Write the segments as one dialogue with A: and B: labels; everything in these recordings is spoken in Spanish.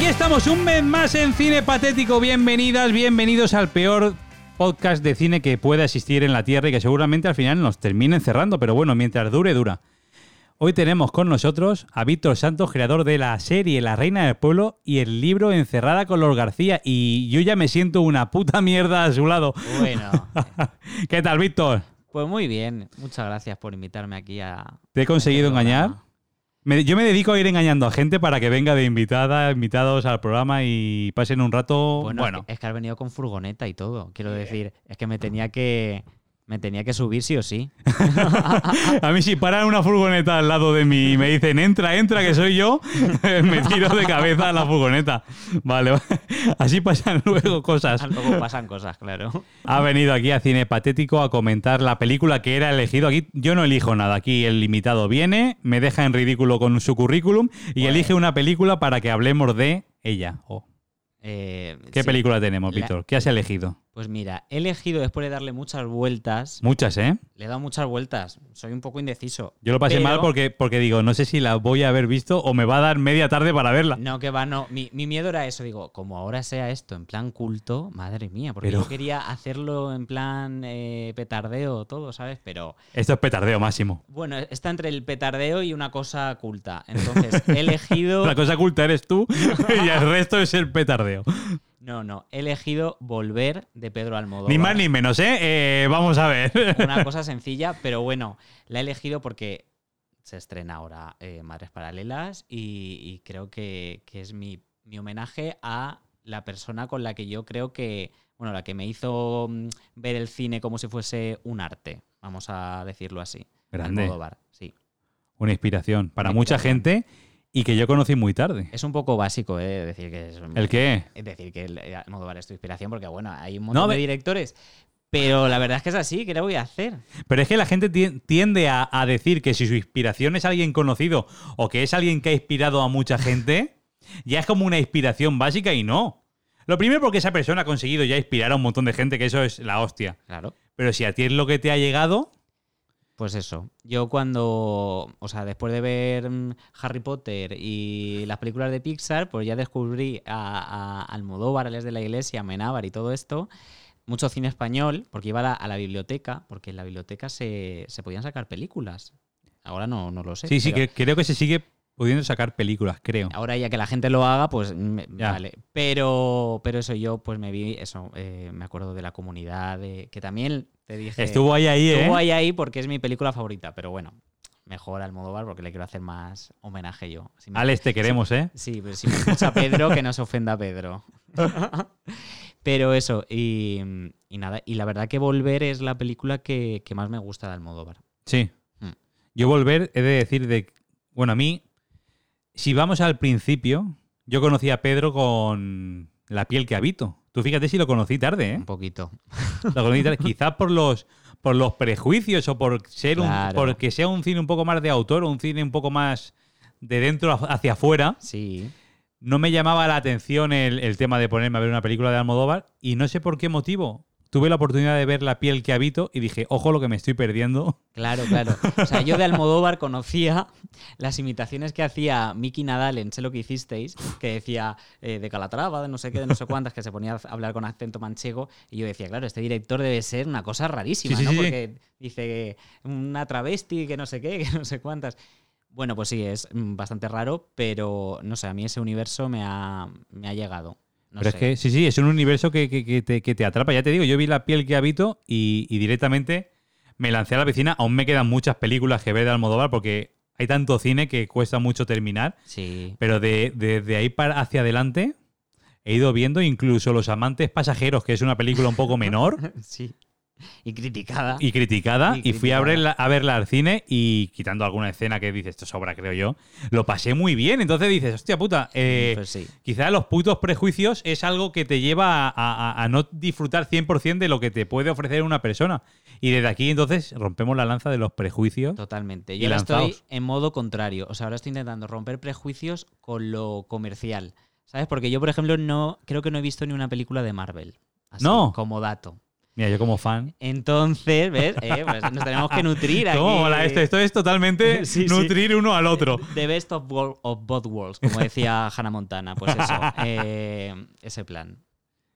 A: Estamos un mes más en Cine Patético. Bienvenidas, bienvenidos al peor podcast de cine que pueda existir en la Tierra y que seguramente al final nos terminen cerrando, pero bueno, mientras dure, dura. Hoy tenemos con nosotros a Víctor Santos, creador de la serie La Reina del Pueblo y el libro Encerrada con los García. Y yo ya me siento una puta mierda a su lado.
B: Bueno,
A: ¿Qué tal, Víctor?
B: pues muy bien. Muchas gracias por invitarme aquí a.
A: ¿Te he conseguido
B: a este programa.
A: engañar? Me- yo me dedico a ir engañando a gente para que venga de invitada, invitados al programa y pasen un rato.
B: Bueno,
A: bueno,
B: Pues es que- es que has venido con furgoneta y todo. Quiero decir, es que me tenía que. Me tenía que subir sí o sí.
A: A mí si paran una furgoneta al lado de mí y me dicen, entra, entra, que soy yo, me tiro de cabeza a la furgoneta. Vale, vale. así pasan luego cosas.
B: Luego pasan cosas, claro.
A: Ha venido aquí a Cine Patético a comentar la película que era elegido. Aquí yo no elijo nada, aquí el limitado viene, me deja en ridículo con su currículum y
B: Bueno.
A: elige una película para que hablemos de ella. Oh,
B: Eh,
A: ¿Qué
B: sí.
A: película tenemos,
B: La-
A: Víctor? ¿Qué has elegido?
B: Pues mira, he elegido después de darle muchas vueltas.
A: Muchas, ¿eh?
B: Le he dado muchas vueltas. Soy un poco indeciso.
A: Yo lo pasé
B: Pero-
A: mal porque, porque digo, no sé si la voy a haber visto o me va a dar media tarde para verla.
B: No, que va, no. Mi, mi miedo era eso. Digo, como ahora sea esto en plan culto, madre mía, porque
A: Pero-
B: yo quería hacerlo en plan eh, petardeo, todo, ¿sabes? Pero
A: Esto es petardeo máximo.
B: bueno, está entre el petardeo y una cosa culta. Entonces, he elegido.
A: La cosa culta eres tú y el resto es el petardeo.
B: No, no, he elegido Volver de Pedro Almodóvar.
A: Ni más ni menos, ¿eh? Eh, vamos a ver.
B: Una cosa sencilla, pero bueno, la he elegido porque se estrena ahora eh, Madres Paralelas y, y creo que, que es mi, mi homenaje a la persona con la que yo creo que, bueno, la que me hizo mm, ver el cine como si fuese un arte, vamos a decirlo así.
A: Grande.
B: Almodóvar, sí.
A: Una inspiración para
B: Una
A: mucha
B: inspiración.
A: gente y que yo conocí muy tarde.
B: Es un poco básico, ¿eh? Decir que es...
A: ¿El qué?
B: Es decir, que el- eh, Almodóvar es tu inspiración porque, bueno, hay un
A: No,
B: montón de
A: ve-
B: directores. Pero la verdad es que es así, ¿qué le voy a hacer?
A: Pero es que la gente ti- tiende a, a decir que si su inspiración es alguien conocido o que es alguien que ha inspirado a mucha gente, ya es como una inspiración básica y no. Lo primero porque esa persona ha conseguido ya inspirar a un montón de gente, que eso es la hostia.
B: Claro.
A: Pero si a ti es lo que te ha llegado,
B: Pues eso, yo cuando, o sea, después de ver mm, Harry Potter y las películas de Pixar, pues ya descubrí a, a Almodóvar, Alex de la Iglesia, Menábar y todo esto, mucho cine español, porque iba a la, a la biblioteca, porque en la biblioteca se, se podían sacar películas. Ahora no, no lo sé.
A: sí, sí,
B: pero
A: que, creo que se sigue pudiendo sacar películas, creo.
B: Ahora ya que la gente lo haga, pues mm,
A: Ya.
B: vale. Pero, pero eso yo, pues me vi, eso, eh, me acuerdo de la comunidad, de- que también te dije...
A: Estuvo ahí ahí, ¿eh?
B: Estuvo ahí ahí porque es mi película favorita, pero bueno, mejor Almodóvar porque le quiero hacer más homenaje yo. Si me-
A: Alex, te queremos, ¿eh?
B: Sí, pero si me escucha Pedro, que no se ofenda Pedro. pero eso, y, y nada, y la verdad que Volver es la película que, que más me gusta de Almodóvar.
A: Sí.
B: Mm.
A: Yo volver, he de decir de. Bueno, a mí, si vamos al principio, yo conocí a Pedro con la piel que habito. Tú fíjate si lo conocí tarde, ¿eh?
B: Un poquito.
A: Lo conocí tarde. Quizás por los, por los prejuicios o por ser
B: Claro.
A: un, porque sea un cine un poco más de autor o un cine un poco más de dentro a- hacia afuera.
B: Sí.
A: No me llamaba la atención el, el tema de ponerme a ver una película de Almodóvar y no sé por qué motivo. Tuve la oportunidad de ver la piel que habito y dije, ojo lo que me estoy perdiendo.
B: Claro, claro. O sea, yo de Almodóvar conocía las imitaciones que hacía Miki Nadal en Sé lo que hicisteis, que decía eh, de Calatrava, de no sé qué, de no sé cuántas, que se ponía a hablar con acento manchego. Y yo decía, claro, este director debe ser una cosa rarísima,
A: Sí, sí,
B: ¿no?
A: sí, sí.
B: Porque dice que una travesti, que no sé qué, que no sé cuántas. Bueno, pues sí, es mm, bastante raro, pero no sé, a mí ese universo me ha, me ha llegado. No
A: Pero
B: sé.
A: es que sí, sí, es un universo que, que- que te, que te atrapa. Ya te digo, yo vi la piel que habito y, y directamente me lancé a la piscina. Aún me quedan muchas películas que ver de Almodóvar porque hay tanto cine que cuesta mucho terminar.
B: Sí.
A: Pero de- desde ahí para hacia adelante he ido viendo incluso Los Amantes Pasajeros, que es una película un poco menor
B: Sí. Y criticada.
A: y criticada.
B: Y
A: Y fui a
B: criticada.
A: verla, a verla al cine y quitando alguna escena que dices, esto sobra, creo yo, lo pasé muy bien. Entonces dices, hostia puta. eh,
B: Pues sí.
A: Quizás los putos prejuicios es algo que te lleva a, a- a no disfrutar 100% de lo que te puede ofrecer una persona. Y desde aquí entonces rompemos la lanza de los prejuicios.
B: Totalmente.
A: Y
B: Yo ahora estoy
A: lanzaos.
B: en modo contrario. O sea, ahora estoy intentando romper prejuicios con lo comercial. ¿Sabes? Porque yo, por ejemplo, no creo que no he visto ni una película de Marvel. Así,
A: No.
B: Como dato.
A: Mira, yo como fan.
B: Entonces, ¿ves? Eh, pues nos tenemos que nutrir aquí.
A: ¿Cómo mola este? esto? Esto es totalmente
B: Sí, sí.
A: nutrir uno al otro.
B: The best of, world, of both worlds, como decía Hannah Montana. Pues eso, eh, ese plan.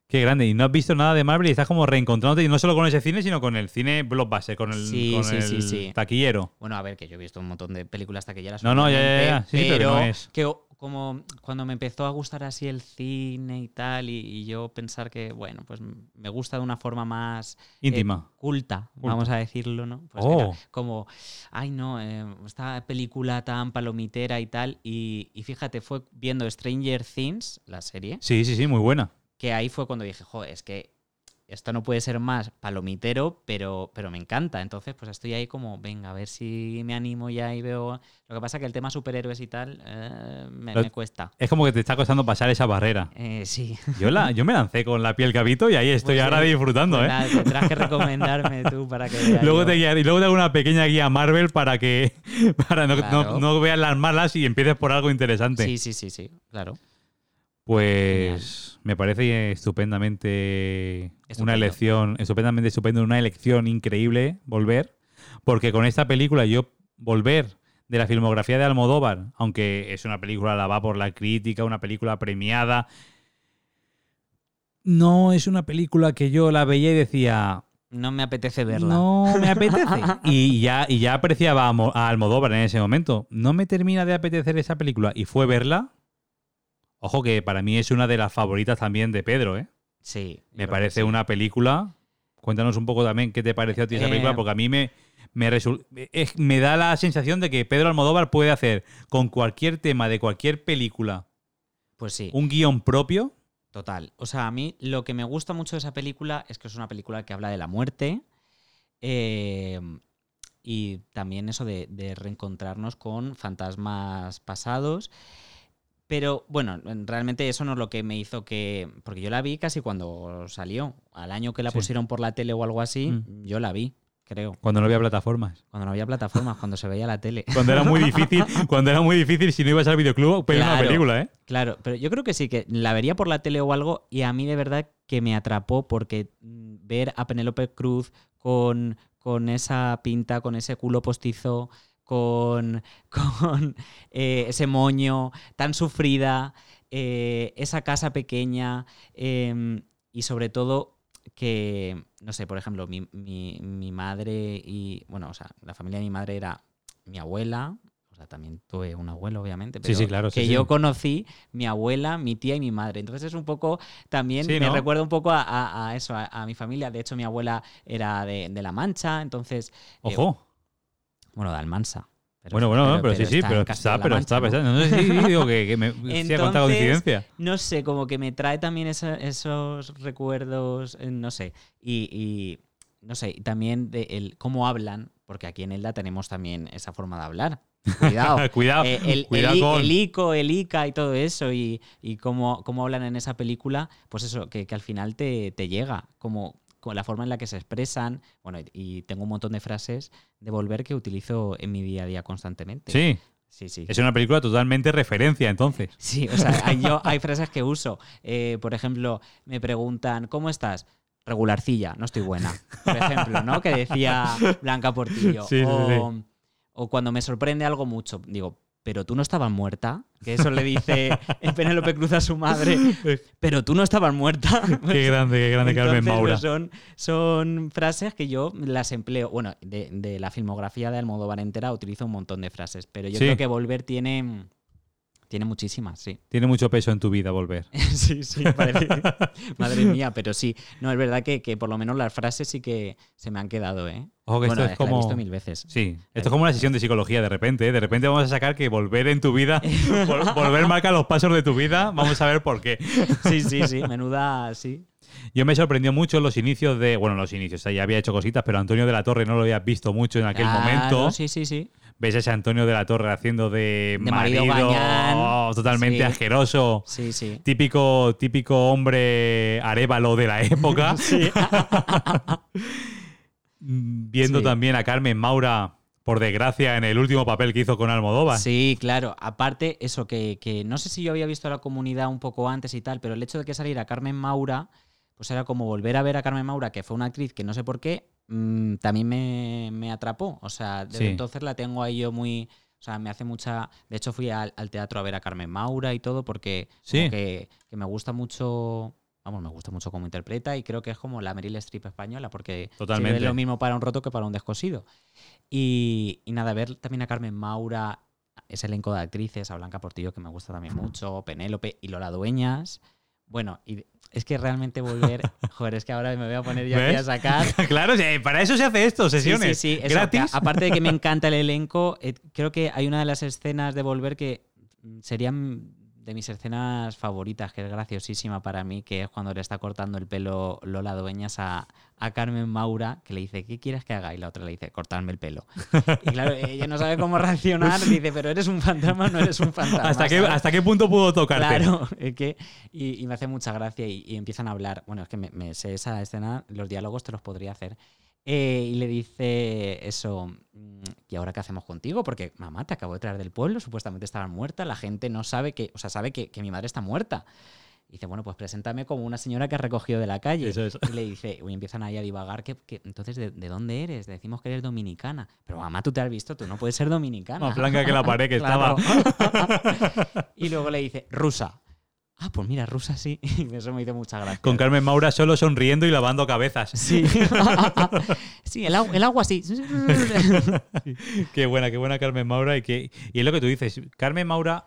A: Qué grande. Y no has visto nada de Marvel y estás como reencontrándote, y no solo con ese cine, sino con el cine blockbuster, con el,
B: Sí,
A: con
B: sí,
A: el
B: sí, sí.
A: taquillero.
B: Bueno, a ver, que yo he visto un montón de películas taquilleras.
A: No, no, ya, ya, ya.
B: obviamente,
A: Sí, sí, pero que no es.
B: que o- como cuando me empezó a gustar así el cine y tal, y, y yo pensar que, bueno, pues m- me gusta de una forma más eh,
A: Íntima.
B: culta, vamos a decirlo, ¿no? Pues
A: Oh.
B: era como, ay, no, eh, esta película tan palomitera y tal. Y, y fíjate, fue viendo Stranger Things, la serie,
A: Sí, sí, sí, muy buena.
B: que ahí fue cuando dije, jo, es que esto no puede ser más palomitero, pero, pero me encanta. Entonces, pues estoy ahí como, venga, a ver si me animo ya y veo. Lo que pasa que el tema superhéroes y tal eh, me,
A: Lo-
B: me cuesta.
A: Es como que te está costando pasar esa barrera.
B: Eh, sí.
A: Yo, la, yo me lancé con la piel cabito y ahí estoy
B: Pues,
A: ahora
B: eh,
A: disfrutando,
B: Pues
A: ¿eh?
B: nada, tendrás que recomendarme tú para que vea
A: Luego
B: yo.
A: te, guiaré- y luego te hago una pequeña guía Marvel para que para no,
B: Claro.
A: no- no veas las malas y empieces por algo interesante.
B: Sí, sí, sí, sí, claro.
A: Pues me parece estupendamente
B: Estupendo.
A: una elección, estupendamente estupendo, una elección increíble volver, porque con esta película yo volver de la filmografía de Almodóvar, aunque es una película la va por la crítica, una película premiada, no es una película que yo la veía y decía,
B: No me apetece verla.
A: no me apetece. y, ya, y ya apreciaba a, Mo- a Almodóvar en ese momento. No me termina de apetecer esa película. Y fue verla. Ojo que para mí es una de las favoritas también de Pedro, ¿eh?
B: Sí. yo
A: Me
B: creo que
A: parece
B: sí.
A: una película. Cuéntanos un poco también qué te pareció a ti esa
B: Eh,
A: película, porque a mí me, me, resul- es- me da la sensación de que Pedro Almodóvar puede hacer con cualquier tema de cualquier película
B: Pues sí.
A: un guión propio.
B: Total. O sea, a mí lo que me gusta mucho de esa película es que es una película que habla de la muerte eh, y también eso de, de reencontrarnos con fantasmas pasados. Pero bueno, en- realmente eso no es lo que me hizo que... Porque yo la vi casi cuando salió. Al año que la
A: Sí.
B: pusieron por la tele o algo así,
A: Mm.
B: yo la vi, creo.
A: Cuando no había plataformas.
B: Cuando no había plataformas, cuando se veía la tele.
A: Cuando era muy difícil, cuando era muy difícil si no ibas al videoclub, pero una
B: Claro.
A: película, ¿eh?
B: Claro, pero yo creo que sí, que la vería por la tele o algo y a mí de verdad que me atrapó porque mm, ver a Penélope Cruz con, con esa pinta, con ese culo postizo, con, con eh, ese moño tan sufrida, eh, esa casa pequeña eh, y sobre todo que, no sé, por ejemplo, mi, mi- mi madre y, bueno, o sea, la familia de mi madre era mi abuela. O sea, también tuve un abuelo, obviamente,
A: Sí,
B: pero
A: sí, claro, sí,
B: que
A: sí.
B: yo conocí mi abuela, mi tía y mi madre. Entonces es un poco también
A: Sí,
B: me
A: ¿no?
B: recuerda un poco a, a- a eso, a, a mi familia. De hecho, mi abuela era de, de La Mancha, entonces. eh,
A: Ojo.
B: bueno, de Almansa. pero-
A: Bueno, bueno, pero, sí, sí,
B: en
A: pero
B: Castilla-La
A: está, pero
B: Mancha,
A: está, pues, eh.
B: ¿no?
A: pensando. No sé si digo que, que me sea cuánta
B: Entonces-
A: coincidencia.
B: No sé, como que me trae también esa- esos recuerdos, eh, no sé. Y, y, no sé, y también de el cómo hablan, porque aquí en Elda tenemos también esa forma de hablar. Cuidado.
A: Ah, cuidado,
B: Eh, el,
A: cuidado
B: el i-
A: con.
B: el ICO, el ICA y todo eso, y, y cómo, cómo hablan en esa película, pues eso, que, que al final te, te llega, como con la forma en la que se expresan. Bueno, y, y tengo un montón de frases de volver que utilizo en mi día a día constantemente.
A: sí,
B: sí. sí.
A: es una película totalmente referencia, entonces.
B: Sí, o sea, hay, yo, hay frases que uso. Eh, por ejemplo, me preguntan, ¿cómo estás? Regularcilla, no estoy buena. Por ejemplo, ¿no? Que decía Blanca Portillo.
A: Sí, sí,
B: o, o cuando me sorprende algo mucho, digo, pero tú no estabas muerta. Que eso le dice el Penélope Cruz a su madre. Pero tú no estabas muerta.
A: Qué grande, qué grande Carmen
B: Entonces,
A: Maura.
B: pues, son, son frases que yo las empleo. Bueno, de, de la filmografía de Almodóvar entera utilizo un montón de frases, pero yo
A: Sí.
B: creo que Volver tiene, tiene muchísimas, sí.
A: Tiene mucho peso en tu vida volver.
B: sí, sí, parece- Madre mía, pero sí. No, es verdad que, que por lo menos las frases sí que se me han quedado, ¿eh?
A: Ojo que
B: bueno,
A: esto es
B: que la he
A: como.
B: visto mil veces.
A: Sí, esto es como una sesión de psicología de repente. ¿eh? De repente vamos a sacar que volver en tu vida, vol- volver marca los pasos de tu vida. Vamos a ver por qué.
B: Sí, sí, sí, menuda, sí.
A: Yo me sorprendió mucho los inicios de. Bueno, los inicios, o sea, ya había hecho cositas, pero Antonio de la Torre no lo habías visto mucho en aquel
B: Claro,
A: momento.
B: Sí, sí, sí.
A: ves a ese Antonio de la Torre haciendo de,
B: De marido gañán.
A: oh, totalmente
B: Sí.
A: asqueroso.
B: Sí, sí.
A: Típico, típico hombre arévalo de la época. Mm, Viendo
B: Sí.
A: también a Carmen Maura, por desgracia, en el último papel que hizo con Almodóvar.
B: Sí, claro. Aparte, eso que, que no sé si yo había visto a la comunidad un poco antes y tal, pero el hecho de que saliera Carmen Maura pues era como volver a ver a Carmen Maura, que fue una actriz que no sé por qué, mm, también me, me atrapó. O sea, desde
A: Sí.
B: entonces la tengo ahí yo muy... O sea, me hace mucha... De hecho, fui al, al teatro a ver a Carmen Maura y todo, porque
A: Sí.
B: como que, que me gusta mucho... Vamos, me gusta mucho cómo interpreta y creo que es como la Meryl Streep española, porque sirve
A: Totalmente.
B: lo mismo para un roto que para un descosido. Y, y nada, ver también a Carmen Maura, ese elenco de actrices, a Blanca Portillo, que me gusta también mucho, Penélope y Lola Dueñas. Bueno, y es que realmente volver. joder, es que ahora me voy a poner yo aquí a
A: ¿Ves?
B: sacar.
A: claro, sí, para eso se hace esto,
B: Sí,
A: sesiones.
B: sí, sí, eso, que
A: gratis.
B: a- aparte de que me encanta el elenco, eh, creo que hay una de las escenas de volver que mm, serían de mis escenas favoritas, que es graciosísima para mí, que es cuando le está cortando el pelo Lola Dueñas a, a Carmen Maura, que le dice, ¿qué quieres que haga? Y la otra le dice, cortarme el pelo. Y claro, ella no sabe cómo reaccionar, dice, pero eres un fantasma, no eres un fantasma.
A: ¿Hasta, qué,
B: ¿sabes?
A: ¿Hasta qué punto pudo tocarte?
B: Claro, es que, y, y me hace mucha gracia y, y empiezan a hablar. Bueno, es que me, me sé esa escena, los diálogos te los podría hacer. Eh, y le dice eso, mm, ¿y ahora qué hacemos contigo? Porque mamá, te acabo de traer del pueblo, supuestamente estaba muerta, la gente no sabe que, o sea, sabe que, que mi madre está muerta. Y dice, bueno, pues preséntame como una señora que has recogido de la calle.
A: Eso es.
B: Y le dice, y empiezan ahí a divagar, que, que, entonces, ¿de, de dónde eres? Decimos que eres dominicana. Pero mamá, tú te has visto, tú no puedes ser dominicana.
A: Más blanca que la pared que
B: Claro.
A: estaba.
B: y luego le dice, rusa. Ah, pues mira, rusa sí. Y eso me hizo mucha gracia.
A: Con Carmen Maura solo sonriendo y lavando cabezas.
B: Sí. sí, el, agua, el agua sí.
A: Qué buena, qué buena Carmen Maura. Y, que, y es lo que tú dices. Carmen Maura,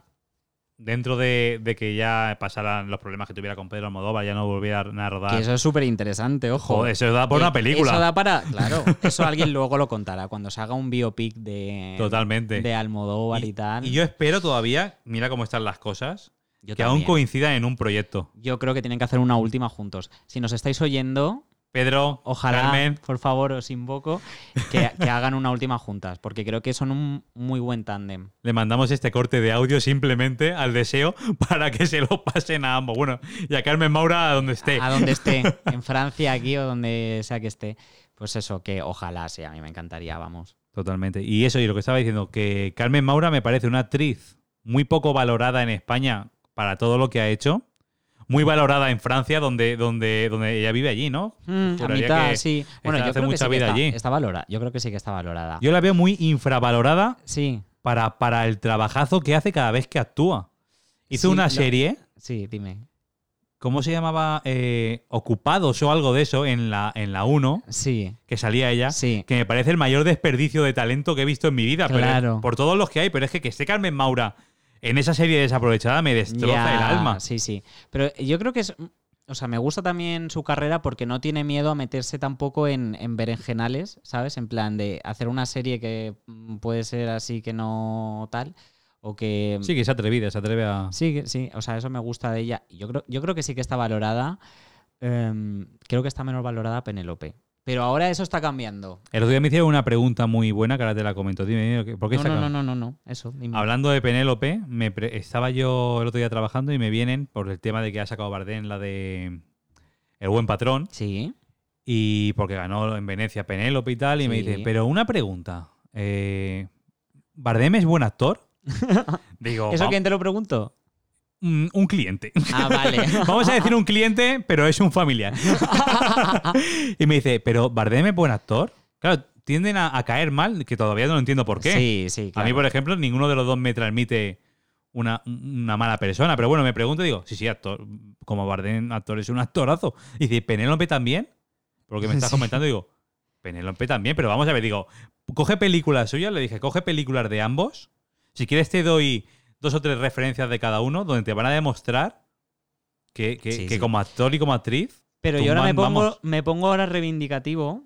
A: dentro de, de que ya pasaran los problemas que tuviera con Pedro Almodóvar, ya no volvieran a rodar.
B: que eso es súper interesante, ojo.
A: Joder, eso da por una
B: Eh,
A: película.
B: Eso da para. Claro, eso alguien luego lo contará cuando se haga un biopic de.
A: Totalmente.
B: De Almodóvar y, tal.
A: y yo espero todavía, mira cómo están las cosas,
B: Yo
A: que aún
B: también.
A: coincidan en un proyecto.
B: Yo creo que tienen que hacer una última juntos. Si nos estáis oyendo,
A: Pedro,
B: Ojalá,
A: Carmen,
B: por favor, os invoco que, que hagan una última juntas, porque creo que son un muy buen tándem.
A: le mandamos este corte de audio simplemente al deseo para que se lo pasen a ambos. Bueno, y a Carmen Maura a donde esté.
B: A donde esté, en Francia, aquí o donde sea que esté. Pues eso, que ojalá sea, a mí me encantaría, vamos.
A: Totalmente. Y eso, y lo que estaba diciendo, que Carmen Maura me parece una actriz muy poco valorada en España para todo lo que ha hecho. Muy valorada en Francia, donde, donde, donde ella vive allí, ¿no?
B: Mm, a
A: Hmm, Juraría
B: mitad,
A: que
B: sí. Bueno, yo
A: hace
B: creo que
A: mucha
B: sí que
A: vida
B: está,
A: allí.
B: está valorada. Yo creo que sí que está valorada.
A: Yo la veo muy infravalorada
B: Sí,
A: para, para el trabajazo que hace cada vez que actúa. Hizo
B: Sí,
A: una
B: lo-
A: serie,
B: sí, dime.
A: ¿cómo se llamaba? Eh, Ocupados o algo de eso, en la, en la 1,
B: Sí,
A: que salía ella.
B: sí.
A: Que me parece el mayor desperdicio de talento que he visto en mi vida. pero-
B: Claro.
A: por todos los que hay, pero es que que esté Carmen Maura en esa serie desaprovechada me destroza
B: Ya,
A: el alma.
B: Sí, sí. Pero yo creo que es. O sea, me gusta también su carrera porque no tiene miedo a meterse tampoco en, en berenjenales, ¿sabes? En plan de hacer una serie que mm, puede ser así que no tal. O que.
A: Sí, que es atrevida, se atreve a.
B: Sí, que- sí. O sea, eso me gusta de ella. Yo creo, yo creo que sí que está valorada. Em, creo que está menos valorada Penélope. Pero ahora eso está cambiando.
A: El otro día me hicieron una pregunta muy buena que ahora te la comento. Dime, dime, ¿por qué
B: No,
A: está
B: no,
A: acá?
B: no, no, no, no. Eso. dime.
A: Hablando de Penélope, me pre- estaba yo el otro día trabajando y me vienen por el tema de que ha sacado Bardem la de El buen patrón
B: Sí.
A: y porque ganó en Venecia Penélope y tal. Y me
B: Sí.
A: dicen, pero una pregunta: eh, ¿Bardem es buen actor? Digo,
B: ¿Eso
A: "Va-
B: quién te lo pregunto?
A: mm, un cliente.
B: Ah, vale.
A: Vamos a decir un cliente, pero es un familiar. y me dice, pero Bardem es buen actor. Claro, tienden a, a caer mal, que todavía no lo entiendo por qué.
B: Sí, sí.
A: A mí,
B: claro.
A: por ejemplo, ninguno de los dos me transmite una, una mala persona. Pero bueno, me pregunto y digo, sí, sí, actor, como Bardem, actor es un actorazo. Y dice, ¿Penélope también? Porque me estás
B: Sí.
A: comentando y digo, Penélope también, pero vamos a ver, digo, coge películas suyas, le dije, coge películas de ambos. Si quieres te doy dos o tres referencias de cada uno donde te van a demostrar que, que-
B: Sí,
A: que
B: sí.
A: como actor y como actriz,
B: Pero yo ahora me
A: Tumban,
B: pongo,
A: vamos.
B: me pongo ahora reivindicativo.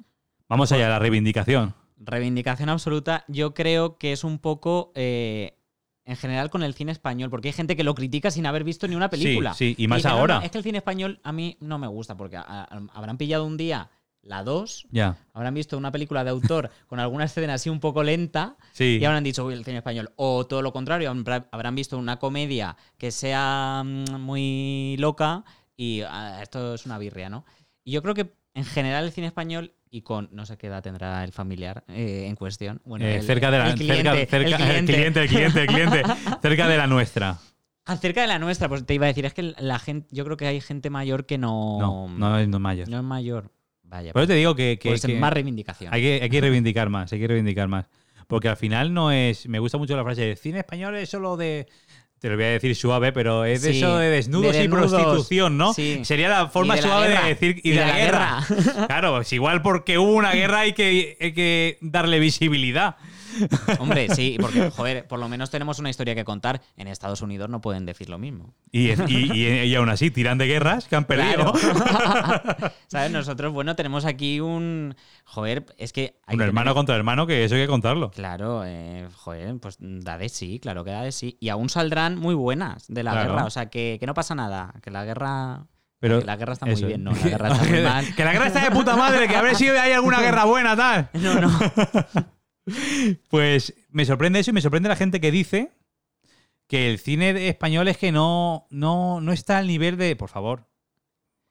A: vamos allá, la reivindicación.
B: Reivindicación absoluta. Yo creo que es un poco. eh, en general con el cine español, porque hay gente que lo critica sin haber visto ni una película.
A: Sí, sí, y más
B: dice, "No, no,
A: ahora.
B: es que el cine español a mí no me gusta, porque a- a- habrán pillado un día la 2,
A: Ya,
B: habrán visto una película de autor con alguna escena así un poco lenta,
A: sí.
B: y habrán dicho, uy, el cine español. O todo lo contrario, habrá- habrán visto una comedia que sea mm, muy loca y ah, esto es una birria, ¿no? Y yo creo que en general el cine español, y con no sé qué edad tendrá el familiar eh, en cuestión, bueno,
A: Eh,
B: el-
A: cerca de la
B: el cliente,
A: cerca- cerca- el cliente, el cliente, el cliente, cerca de la nuestra.
B: Acerca de la nuestra, pues te iba a decir, es que la gente, yo creo que hay gente mayor que no,
A: No, no es mayor.
B: no es mayor. Vaya,
A: Por
B: pues,
A: eso te digo que, que-
B: pues
A: que
B: más reivindicación.
A: hay, que, hay que reivindicar más, hay que reivindicar más. Porque al final no es. Me gusta mucho la frase de cine español es solo de. Te lo voy a decir suave, pero es de
B: Sí,
A: eso de desnudos,
B: de desnudos,
A: y prostitución, ¿no?
B: sí.
A: Sería la forma
B: Y de la
A: suave
B: guerra,
A: de decir. Y,
B: y
A: de,
B: de
A: la,
B: la
A: guerra. claro, es igual porque hubo una guerra hay que, hay que darle visibilidad.
B: Hombre, sí, porque, joder, por lo menos tenemos una historia que contar. En Estados Unidos no pueden decir lo mismo.
A: Y, es- y- y- y aún así, tiran de guerras que han perdido.
B: Claro. ¿Sabes? Nosotros, bueno, tenemos aquí un. Joder, es que. hay
A: Un
B: que
A: hermano
B: tener-
A: contra hermano, que eso hay que contarlo.
B: Claro, eh, joder, pues da de sí, claro que da de sí. Y aún saldrán muy buenas de la
A: Claro.
B: guerra. O sea, que, que no pasa nada. Que la guerra.
A: Pero
B: que la guerra está muy
A: eso.
B: bien, no. La guerra está muy mal.
A: Que la guerra está de puta madre, que a ver si hay alguna guerra buena, tal.
B: No, no.
A: Pues me sorprende eso y me sorprende la gente que dice que el cine de español es que no, no, no está al nivel de. Por favor,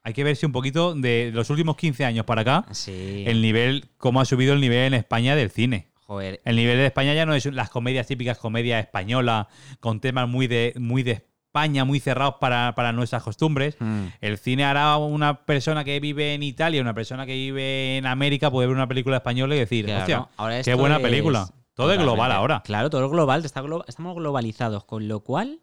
A: hay que verse un poquito de los últimos 15 años para acá.
B: Sí.
A: El nivel, cómo ha subido el nivel en España del cine.
B: Joder.
A: El nivel de España ya no es las comedias típicas, comedias españolas, con temas muy de, muy de España, muy cerrados para, para nuestras costumbres.
B: Mm.
A: El cine hará una persona que vive en Italia, una persona que vive en América, puede ver una película española y decir,
B: Claro,
A: hostia,
B: ¿no? Ahora
A: qué
B: esto
A: buena
B: es
A: película. Todo es
B: totalmente-
A: global ahora.
B: Claro, todo es global. está glo- estamos globalizados, con lo cual,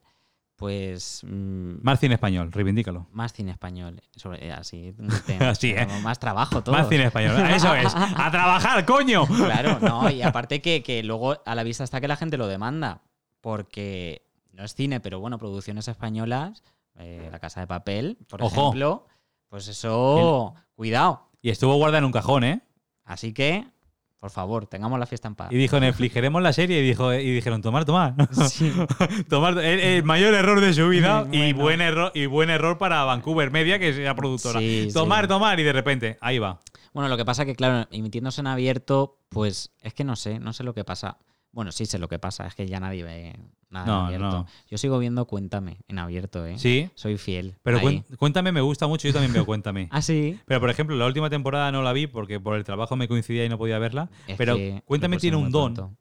B: pues. mm,
A: Más cine español, reivindícalo.
B: más cine español. Sobre, eh, así.
A: Así, ¿eh?
B: tenemos Más trabajo todo.
A: Más cine español. Eso es. A trabajar, coño.
B: Claro, no, y aparte que, que luego a la vista está que la gente lo demanda, porque no es cine, pero bueno, producciones españolas, eh, La Casa de Papel, por
A: Ojo.
B: ejemplo, pues eso, cuidado.
A: Y estuvo guardada en un cajón, ¿eh?
B: Así que, por favor, tengamos la fiesta en paz.
A: Y dijo Netflix, queremos la serie. Y, dijo, y dijeron, tomar, tomar.
B: Sí.
A: tomar el, el mayor error de su vida y,
B: Bueno.
A: buen error, y buen error para Vancouver Media, que es la productora.
B: Sí, sí.
A: tomar, tomar. Y de repente, ahí va.
B: Bueno, lo que pasa que, claro, emitiéndose en abierto, pues es que no sé, no sé lo que pasa. Bueno, sí sé lo que pasa, es que ya nadie ve nada
A: No,
B: en abierto.
A: no.
B: Yo sigo viendo Cuéntame en abierto, ¿eh?
A: Sí.
B: Soy fiel.
A: Pero
B: ahí.
A: cuen- cuéntame, me gusta mucho. Yo también veo Cuéntame.
B: Ah, sí.
A: Pero, por ejemplo, la última temporada no la vi porque por el trabajo me coincidía y no podía verla.
B: Es
A: pero
B: que lo
A: cuéntame,
B: puse
A: tiene
B: muy
A: un don,
B: pronto.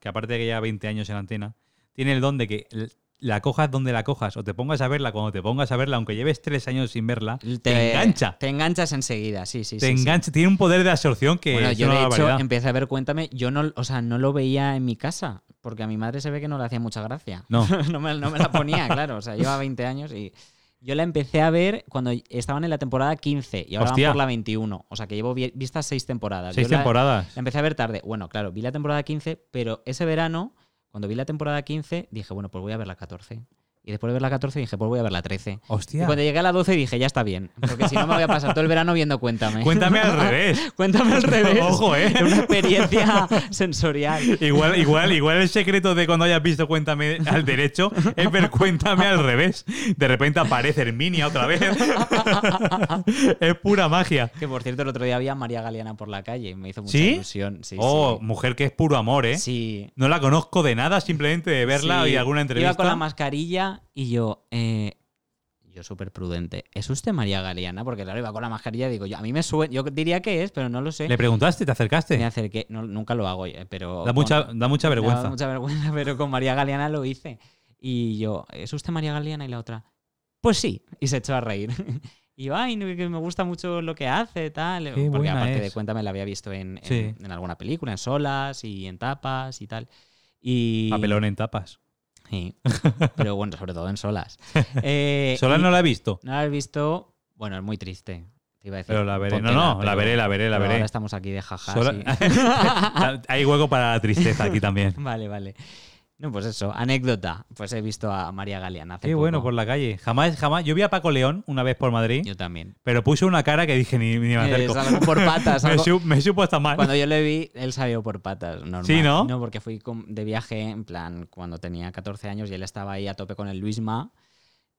A: que aparte de que lleva 20 años en antena, tiene el don de que l- la cojas donde la cojas o te pongas a verla cuando te pongas a verla, aunque lleves tres años sin verla, te, engancha.
B: Te enganchas enseguida, sí, sí.
A: te
B: sí, sí.
A: engancha. Tiene un poder de absorción que
B: Bueno,
A: es
B: yo
A: una
B: de hecho
A: barbaridad.
B: empecé a ver, cuéntame, yo no, o sea, no lo veía en mi casa, porque a mi madre se ve que no le hacía mucha gracia.
A: No.
B: no, me, no me la ponía, claro, o sea, lleva 20 años y yo la empecé a ver cuando estaban en la temporada 15 y ahora
A: Hostia.
B: van por la 21, o sea, que llevo vi- vistas seis temporadas.
A: Seis
B: Yo la-
A: temporadas.
B: La empecé a ver tarde. Bueno, claro, vi la temporada 15, pero ese verano, cuando vi la temporada 15, dije, bueno, pues voy a ver la 14. Y después de ver la 14 dije, pues voy a ver la 13. Y
A: Hostia.
B: cuando llegué a la 12 dije, ya está bien. Porque si no me voy a pasar todo el verano viendo Cuéntame.
A: Cuéntame al revés.
B: Cuéntame al revés.
A: Ojo, ¿eh?
B: Es una experiencia sensorial.
A: Igual, igual, igual el secreto de cuando hayas visto Cuéntame al derecho es ver Cuéntame al revés. De repente aparece Herminia otra vez. es pura magia.
B: Que por cierto, el otro día había María Galeana por la calle y me hizo mucha
A: ¿Sí?
B: ilusión. Sí,
A: oh,
B: sí.
A: mujer que es puro amor, ¿eh?
B: Sí.
A: No la conozco de nada, simplemente de verla
B: Sí.
A: y alguna entrevista.
B: Iba con la mascarilla y yo. eh, yo súper prudente. ¿Es usted María Galeana? Porque claro, iba con la mascarilla y digo, yo, a mí me suena. Yo diría que es, pero no lo sé.
A: ¿Le preguntaste? ¿Te acercaste?
B: Me acerqué. No, nunca lo hago, eh, pero.
A: Da
B: con-
A: mucha, da mucha
B: me daba
A: vergüenza.
B: mucha vergüenza, pero con María Galeana lo hice. Y yo, ¿es usted María Galeana? Y la otra, pues sí. Y se echó a reír. Y yo, ay, no, que me gusta mucho lo que hace, tal.
A: Qué
B: Porque
A: buena
B: aparte
A: es.
B: de Cuéntame la había visto en, en-
A: Sí.
B: en alguna película, en solas y en tapas y tal. Y...
A: Papelón en tapas.
B: Sí. Pero bueno, sobre todo en solas. Eh,
A: Sola
B: y-
A: no la he visto,
B: no la has visto. Bueno, es muy triste. Te iba a decir.
A: pero la veré. No,
B: póntela,
A: no, la
B: pero-
A: veré, la veré, la
B: pero
A: veré.
B: Ahora estamos aquí de jaja.
A: Sola-
B: sí.
A: Hay hueco para la tristeza aquí también.
B: Vale, vale. No, pues eso, anécdota. Pues he visto a María Galeana hace
A: Qué bueno
B: poco.
A: por la calle. Jamás, jamás. Yo vi a Paco León una vez por Madrid,
B: Yo también.
A: pero puso una cara que dije ni, ni me
B: Eh,
A: acerco.
B: salgo por patas.
A: me,
B: salgo-
A: su- me supo hasta mal.
B: Cuando yo le vi, él salió por patas, normal.
A: Sí, ¿no?
B: No, porque fui con- de viaje, en plan, cuando tenía 14 años y él estaba ahí a tope con el Luisma.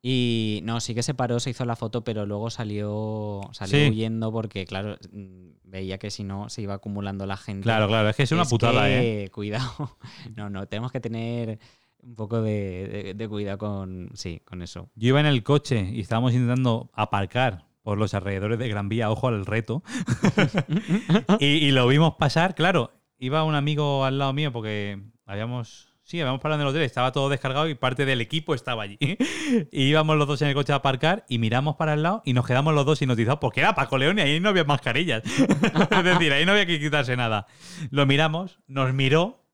B: Y no, sí que se paró, se hizo la foto, pero luego salió, salió
A: Sí.
B: huyendo porque, claro, mm, veía que si no se iba acumulando la gente.
A: Claro, claro, es que es una putada, ¿eh?
B: que, Cuidado. No, no, tenemos que tener un poco de, de- de cuidado con, sí, con eso.
A: Yo iba en el coche y estábamos intentando aparcar por los alrededores de Gran Vía, ojo al reto. y, y lo vimos pasar, claro. Iba un amigo al lado mío porque habíamos Sí, habíamos parado en el hotel, estaba todo descargado y parte del equipo estaba allí. y íbamos los dos en el coche a aparcar y miramos para el lado y nos quedamos los dos hipnotizados porque era Paco León y ahí no había mascarillas. es decir, ahí no había que quitarse nada. Lo miramos, nos miró,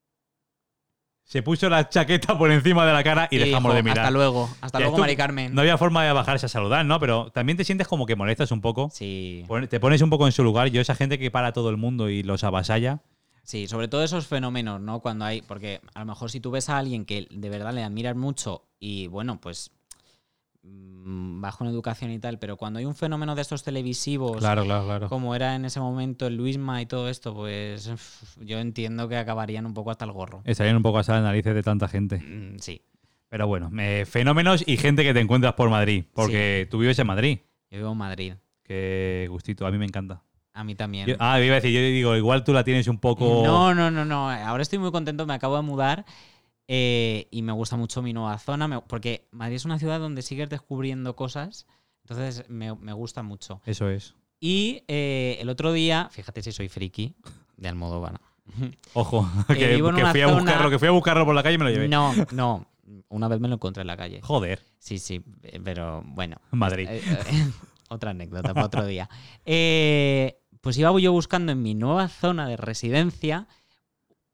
A: se puso la chaqueta por encima de la cara y, dejamos
B: hijo,
A: de mirar.
B: Hasta luego, hasta
A: Ya
B: luego,
A: estu-
B: Mari Carmen.
A: No había forma de bajarse a saludar, ¿no? Pero también te sientes como que molestas un poco.
B: Sí,
A: Pon- Te pones un poco en su lugar. Yo, esa gente que para todo el mundo y los avasalla.
B: sí, sobre todo esos fenómenos, ¿no? Cuando hay, porque a lo mejor si tú ves a alguien que de verdad le admiras mucho y bueno, pues mm, bajo en educación y tal, pero cuando hay un fenómeno de estos televisivos
A: claro, claro.
B: como era en ese momento el Luisma y todo esto, pues uf, yo entiendo que acabarían un poco hasta el gorro.
A: Estarían un poco a las narices de tanta gente.
B: Mm, Sí,
A: Pero bueno, eh, fenómenos y gente que te encuentras por Madrid. Porque tú vives en Madrid.
B: yo vivo en Madrid,
A: Qué gustito, a mí me encanta.
B: a mí también.
A: Yo- ah, iba a decir, yo digo, igual tú la tienes un poco.
B: No, no, no, no. Ahora estoy muy contento, me acabo de mudar eh, y me gusta mucho mi nueva zona, me- porque Madrid es una ciudad donde sigues descubriendo cosas, entonces me, me gusta mucho.
A: Eso es.
B: Y eh, el otro día, fíjate si soy friki, de Almodóvar.
A: Ojo, que,
B: vivo en
A: que
B: una
A: fui a
B: zona-
A: buscarlo, que fui a buscarlo por la calle y me lo llevé.
B: No, no. Una vez me lo encontré en la calle.
A: Joder,
B: Sí, sí, eh, pero bueno.
A: Madrid.
B: Eh, eh, otra anécdota para otro día. Eh, pues iba yo buscando en mi nueva zona de residencia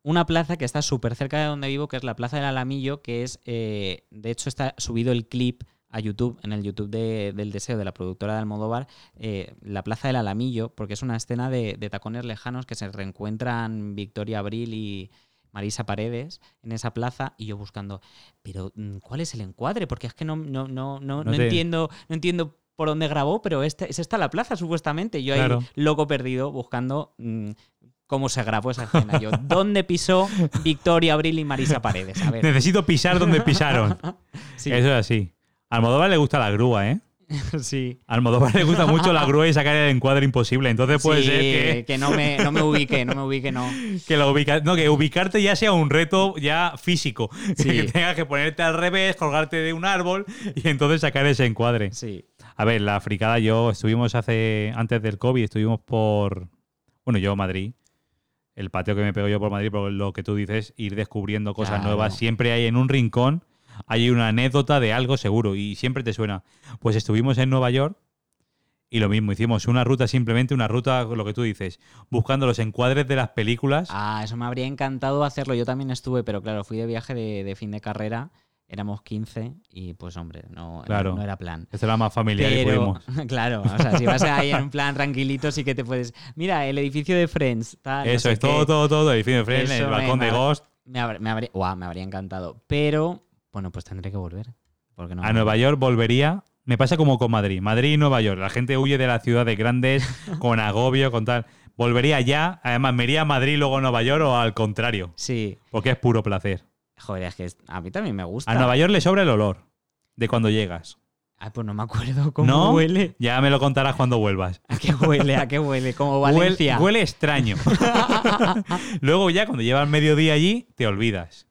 B: una plaza que está súper cerca de donde vivo, que es la Plaza del Alamillo, que es, eh, de hecho, está subido el clip a YouTube, en el YouTube de- del Deseo, de la productora de Almodóvar, eh, la Plaza del Alamillo, porque es una escena de, de tacones lejanos que se reencuentran Victoria Abril y Marisa Paredes en esa plaza, y yo buscando, pero mm, ¿cuál es el encuadre? Porque es que no, no, no,
A: No
B: no, no
A: te-
B: entiendo, no entiendo por dónde grabó, pero esta, es esta la plaza, supuestamente. Yo ahí,
A: Claro.
B: loco perdido, buscando mm, cómo se grabó esa escena. Yo, ¿dónde pisó Victoria Abril y Marisa Paredes? A ver.
A: Necesito pisar donde pisaron.
B: eh. Sí,
A: Eso es así. A Almodóvar le gusta la grúa, ¿eh?
B: sí.
A: A Almodóvar le gusta mucho la grúa y sacar el encuadre imposible. Entonces puede
B: Sí,
A: ser que,
B: no me, no me ubique, no me ubique, no.
A: que la ubica- no, que ubicarte ya sea un reto ya físico.
B: Sí.
A: Que tengas que ponerte al revés, colgarte de un árbol y entonces sacar ese encuadre.
B: Sí.
A: A ver, la fricada, yo estuvimos hace. Antes del COVID, estuvimos por. Bueno, yo Madrid. El pateo que me pego yo por Madrid, por lo que tú dices, ir descubriendo cosas
B: Claro.
A: nuevas. Siempre hay en un rincón, hay una anécdota de algo seguro y siempre te suena. Pues estuvimos en Nueva York y lo mismo, hicimos una ruta, simplemente una ruta, lo que tú dices, buscando los encuadres de las películas.
B: Ah, eso me habría encantado hacerlo. Yo también estuve, pero claro, fui de viaje de, de fin de carrera. Éramos 15 y pues hombre, no,
A: Claro.
B: no era plan.
A: Esto era más familiar y
B: Pero,
A: pudimos.
B: claro, o sea, si vas ahí en un plan tranquilito, sí que te puedes. Mira, el edificio de Friends. tal, ah, no
A: Eso
B: sé
A: es
B: qué.
A: todo, todo, todo. El fin de Friends,
B: Eso
A: el
B: me
A: balcón de
B: mar-
A: Ghost.
B: Me, habr- me habría, guau, me habría encantado. Pero, bueno, pues tendré que volver. Porque no
A: A Nueva York volvería. Me pasa como con Madrid. Madrid y Nueva York. La gente huye de las ciudades grandes con agobio, con tal. Volvería ya. Además, me iría a Madrid, luego a Nueva York o al contrario.
B: Sí.
A: Porque es puro placer.
B: Joder, es que es- a mí también me gusta.
A: A Nueva York le sobra el olor de cuando llegas.
B: Ay, pues no me acuerdo cómo
A: ¿No?
B: huele.
A: Ya me lo contarás cuando vuelvas.
B: ¿A qué huele? ¿A qué huele? Como
A: Huel-
B: Valencia.
A: huele extraño. luego ya, cuando llevas mediodía allí, te olvidas.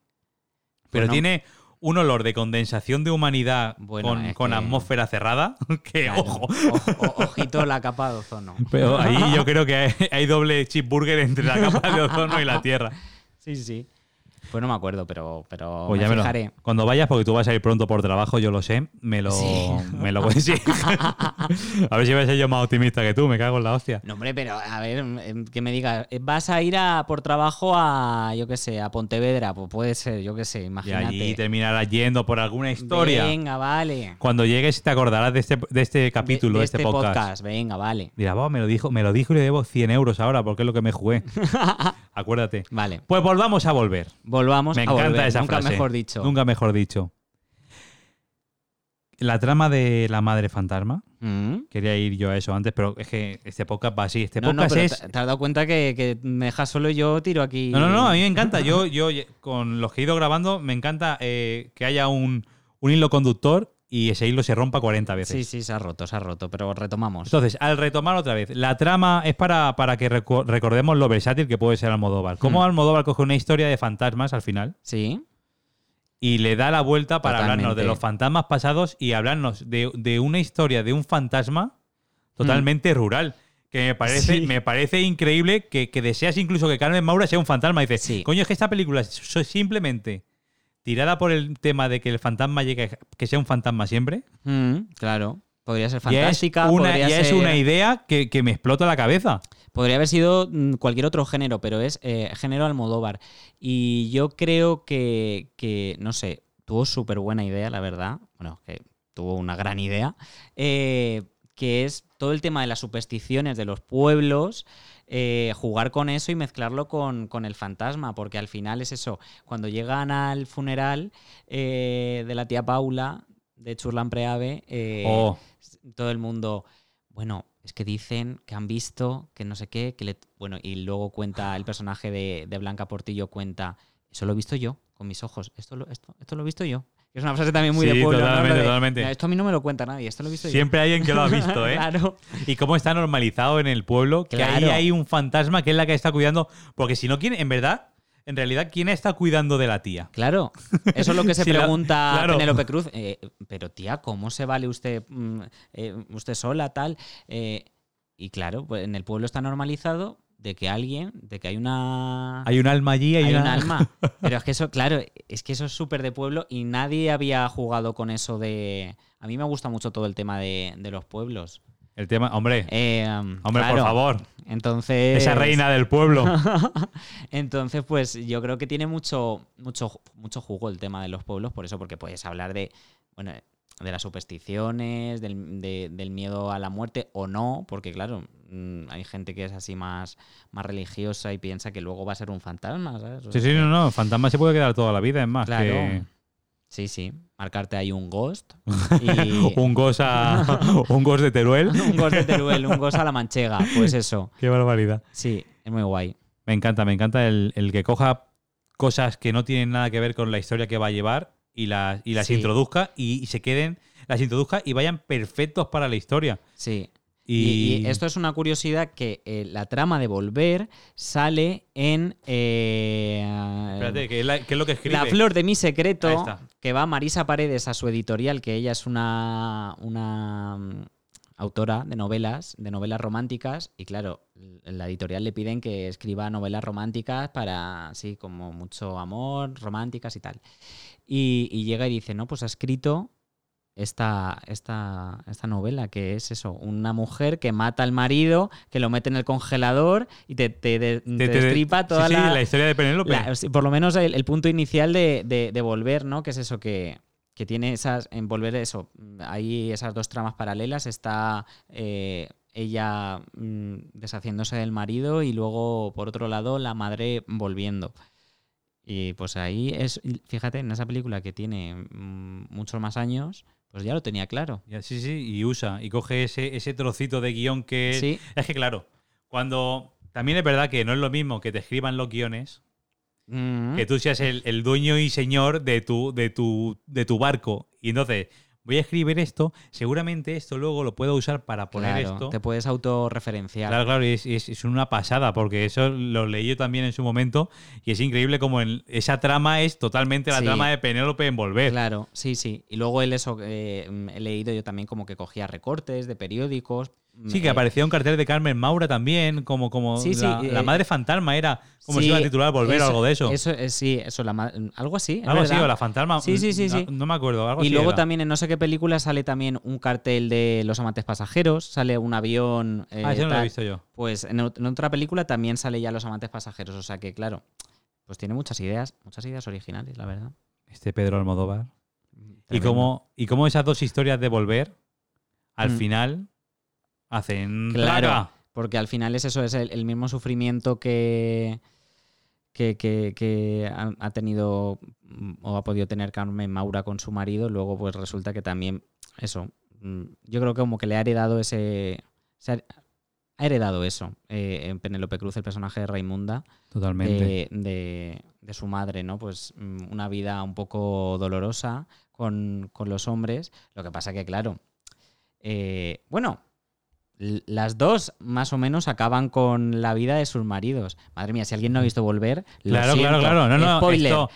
A: Pero
B: Bueno.
A: tiene un olor de condensación de humanidad
B: Bueno,
A: con,
B: es
A: con
B: que-
A: atmósfera cerrada. Que,
B: Claro.
A: ojo,
B: Ojo- o- ojito la capa de ozono.
A: Pero ahí yo creo que hay, hay doble cheeseburger entre la capa de ozono y la Tierra.
B: Sí, sí. Pues no me acuerdo, pero, pero
A: Pues
B: me
A: ya me lo-
B: fijaré.
A: cuando vayas, porque tú vas a ir pronto por trabajo, yo lo sé, me lo,
B: Sí.
A: me lo voy a decir. A ver si voy a ser yo más optimista que tú, me cago en la hostia.
B: No, hombre, pero a ver, em, que me digas, eh, vas a ir a, por trabajo a, yo qué sé, a Pontevedra, pues puede ser, yo qué sé,
A: Y
B: imagínate.
A: allí terminarás yendo por alguna historia.
B: Venga, vale.
A: Cuando llegues te acordarás de este, de este capítulo, de, este, podcast.
B: Venga, vale.
A: Dirás, "Buah, me lo dijo, me lo dijo y le debo 100 euros ahora, porque es lo que me jugué. Acuérdate.
B: Vale,
A: Pues volvamos a volver.
B: volvamos
A: Me
B: a
A: encanta
B: volver.
A: esa
B: Nunca
A: frase.
B: mejor dicho.
A: Nunca mejor dicho. La trama de la madre fantasma.
B: Mm.
A: Quería ir yo a eso antes, pero es que este podcast va así. Este
B: No, no,
A: podcast
B: pero
A: es.
B: te, te has dado cuenta que, que me dejas solo y yo tiro aquí.
A: No, no, no, a mí me encanta. Yo, yo eh, con los que he ido grabando, me encanta eh, que haya un, un hilo conductor y ese hilo se rompa 40 veces.
B: Sí, sí, se ha roto, se ha roto, pero retomamos.
A: Entonces, al retomar otra vez, la trama es para, para que recu- recordemos lo versátil que puede ser Almodóvar. Cómo
B: Hmm.
A: Almodóvar coge una historia de fantasmas al final
B: Sí,
A: y le da la vuelta para hablarnos de
B: Totalmente.
A: los fantasmas pasados y hablarnos de, de una historia de un fantasma totalmente rural. Que me parece,
B: Mm. Sí.
A: me parece increíble que, que deseas incluso que Carmen Maura sea un fantasma. Y dices,
B: Sí.
A: coño, es que esta película so- simplemente tirada por el tema de que el fantasma llegue, que sea un fantasma siempre,
B: Mm, claro. Podría ser
A: ya
B: fantástica.
A: es una,
B: podría
A: ya es
B: ser-
A: una idea que, que me explota la cabeza.
B: Podría haber sido mm, cualquier otro género, pero es eh, género Almodóvar. Y yo creo que, que, no sé, tuvo súper buena idea, la verdad. Bueno, que tuvo una gran idea. eh, que es todo el tema de las supersticiones de los pueblos, eh, jugar con eso y mezclarlo con, con el fantasma, porque al final es eso. Cuando llegan al funeral eh, de la tía Paula, de Churlan Preave, eh,
A: Oh,
B: s- todo el mundo, bueno, es que dicen que han visto, que no sé qué, que le... Bueno, y luego cuenta el personaje de, de Blanca Portillo, cuenta, eso lo he visto yo, con mis ojos, esto lo, esto, esto lo he visto yo. Es una frase también muy
A: Sí,
B: de pueblo. ¿no? Lo
A: totalmente,
B: de,
A: totalmente.
B: "Mira, Esto a mí no me lo cuenta nadie, esto lo he visto
A: siempre hay alguien que lo ha
B: yo.
A: visto, ¿eh?
B: claro.
A: Y cómo está normalizado en el pueblo que ahí
B: Claro.
A: hay un fantasma que es la que está cuidando. Porque si no, ¿quién? En verdad, en realidad, ¿quién está cuidando de la tía?
B: Claro, eso es lo que se
A: Sí, la-
B: pregunta
A: claro.
B: Penélope Cruz. eh, pero tía, ¿cómo se vale usted, mm, eh, usted sola, tal? Eh, y claro, pues en el pueblo está normalizado de que alguien, de que hay una...
A: Hay un alma allí, hay,
B: hay
A: una-
B: un alma. Pero es que eso, claro, es que eso es súper de pueblo y nadie había jugado con eso de... A mí me gusta mucho todo el tema de, de los pueblos.
A: El tema, hombre,
B: Eh,
A: hombre, por
B: claro,
A: favor.
B: Entonces...
A: Esa reina del pueblo.
B: Entonces, pues yo creo que tiene mucho, mucho, ju- mucho jugo el tema de los pueblos, por eso, porque puedes hablar de, bueno, de las supersticiones, del, de- del miedo a la muerte o no, porque claro, mm, hay gente que es así más, más religiosa y piensa que luego va a ser un fantasma, ¿sabes? O
A: Sí,
B: sea,
A: sí, no, no. Fantasma se puede quedar toda la vida, es más.
B: Claro.
A: que
B: Sí, sí. Marcarte ahí un ghost. Y
A: un gosa. un gos de Teruel.
B: un ghost de Teruel, un ghost a la manchega. Pues eso.
A: Qué barbaridad.
B: Sí, es muy guay.
A: Me encanta, me encanta el, el que coja cosas que no tienen nada que ver con la historia que va a llevar y las, y las
B: Sí.
A: introduzca y, y se queden, las introduzca y vayan perfectos para la historia.
B: Sí.
A: Y, eh,
B: Y, y esto es una curiosidad que eh, la trama de Volver sale en eh,
A: Espérate, ¿qué es, la- qué es lo que escribe?
B: La flor de mi
A: Ahí
B: secreto,
A: está.
B: que va Marisa Paredes a su editorial, que ella es una, una mm, autora de novelas, de novelas románticas, y claro, en la editorial le piden que escriba novelas románticas para, sí, como mucho amor, románticas y tal. Y, y llega y dice, no, pues ha escrito esta, esta, esta novela, que es eso, una mujer que mata al marido, que lo mete en el congelador y te, te, de- te destripa toda
A: sí, sí,
B: la,
A: historia de Penélope.
B: la- o sea, por lo menos el, el punto inicial de, de- de volver, ¿no? Que es eso que, que tiene esas. En volver eso. mm, Hay esas dos tramas paralelas. Está eh, ella mm, deshaciéndose del marido y luego, por otro lado, la madre volviendo. Y pues ahí es. y Fíjate, en esa película que tiene mm, muchos más años, pues ya lo tenía claro.
A: Ya, Sí, sí, y usa, y coge ese, ese trocito de guión que es-
B: Sí.
A: Es que claro, cuando... También es verdad que no es lo mismo que te escriban los guiones
B: Mm,
A: que tú seas el, el dueño y señor de tu, de, tu, de tu barco. Y entonces, voy a escribir esto, seguramente esto luego lo puedo usar para poner
B: claro,
A: esto.
B: Te puedes autorreferenciar.
A: Claro, claro, y es, es- es una pasada, porque eso lo leí yo también en su momento, y es increíble como en, esa trama es totalmente la
B: Sí.
A: trama de Penélope en Volver.
B: Claro, sí, sí. Y luego él eso eh, mm, he leído yo también como que cogía recortes de periódicos.
A: Sí, que
B: Eh,
A: aparecía un cartel de Carmen Maura también, como, como
B: Sí, sí,
A: la,
B: eh,
A: la madre fantasma era, como
B: sí,
A: se iba a titular Volver o algo de eso.
B: Eso, eh, sí, eso, la ma- algo así. es
A: algo así,
B: verdad.
A: o la fantasma.
B: Sí, sí, sí,
A: no,
B: sí.
A: no me acuerdo. Algo
B: y
A: así
B: luego
A: era.
B: también en no sé qué película sale también un cartel de los amantes pasajeros, sale un avión. eh,
A: Ah, eso no lo he
B: tal.
A: visto yo.
B: Pues en, ot- en otra película también sale ya los amantes pasajeros, o sea que claro, pues tiene muchas ideas, muchas ideas originales, la verdad.
A: Este Pedro Almodóvar. Y
B: Tremendo.
A: como, y como esas dos historias de volver, al
B: Mm.
A: final, hacen.
B: Claro.
A: ¡Traca!
B: Porque al final es eso, es el, el mismo sufrimiento que, que, que- que ha, ha tenido mm, o ha podido tener Carmen Maura con su marido. Luego, pues resulta que también eso. mm, Yo creo que como que le ha heredado ese. se ha, ha heredado eso eh, en Penélope Cruz, el personaje de Raimunda,
A: Totalmente.
B: de, de- de su madre, ¿no? Pues mm, una vida un poco dolorosa con, con los hombres. Lo que pasa que, claro, eh, bueno, l- las dos más o menos acaban con la vida de sus maridos. Madre mía, si alguien no ha visto volver, lo
A: claro, claro,
B: siento.
A: claro. No, no,
B: Spoiler.
A: Esto,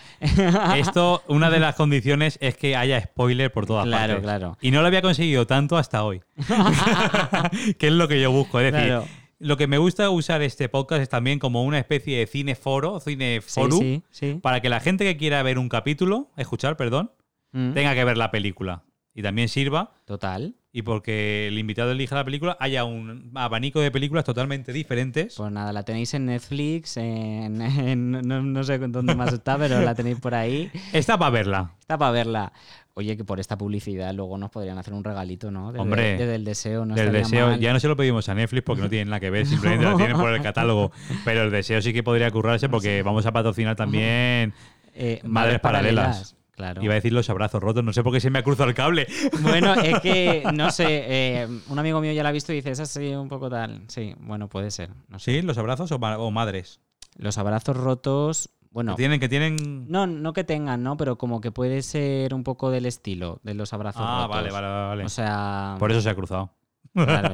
A: esto, una de las condiciones es que haya spoiler por todas
B: claro,
A: partes.
B: claro.
A: Y no lo había conseguido tanto hasta hoy. que es lo que yo busco. Es decir,
B: Claro.
A: Lo que me gusta usar este podcast es también como una especie de cine foro, cine
B: Sí,
A: forum,
B: sí, sí.
A: para que la gente que quiera ver un capítulo, escuchar, perdón,
B: Mm,
A: tenga que ver la película. Y también sirva,
B: Total.
A: y porque el invitado elija la película, haya un abanico de películas totalmente diferentes.
B: Pues nada, la tenéis en Netflix, en, en- no, no sé dónde más está, pero la tenéis por ahí.
A: Esta para verla.
B: Está para verla. Oye, que por esta publicidad luego nos podrían hacer un regalito, ¿no? Desde,
A: Hombre,
B: desde el deseo, no
A: del
B: estaría
A: deseo,
B: mal.
A: ya no se lo pedimos a Netflix porque no tienen nada que ver, simplemente la tienen por el catálogo. Pero el deseo sí que podría currarse porque vamos a patrocinar también.
B: Eh,
A: Madres paralelas.
B: Claro.
A: Iba a decir los abrazos rotos, no sé por qué se me ha cruzado el cable.
B: Bueno, es que, no sé, eh, un amigo mío ya la ha visto y dice, esa sí, un poco tal. Sí, bueno, puede ser. No sé.
A: ¿Sí? ¿Los abrazos o, ma- o madres?
B: Los abrazos rotos,
A: Que
B: bueno,
A: tienen, que tienen.
B: no, no que tengan, ¿no? Pero como que puede ser un poco del estilo de los abrazos
A: ah,
B: rotos.
A: vale, vale, vale.
B: O sea,
A: por eso se ha cruzado.
B: claro,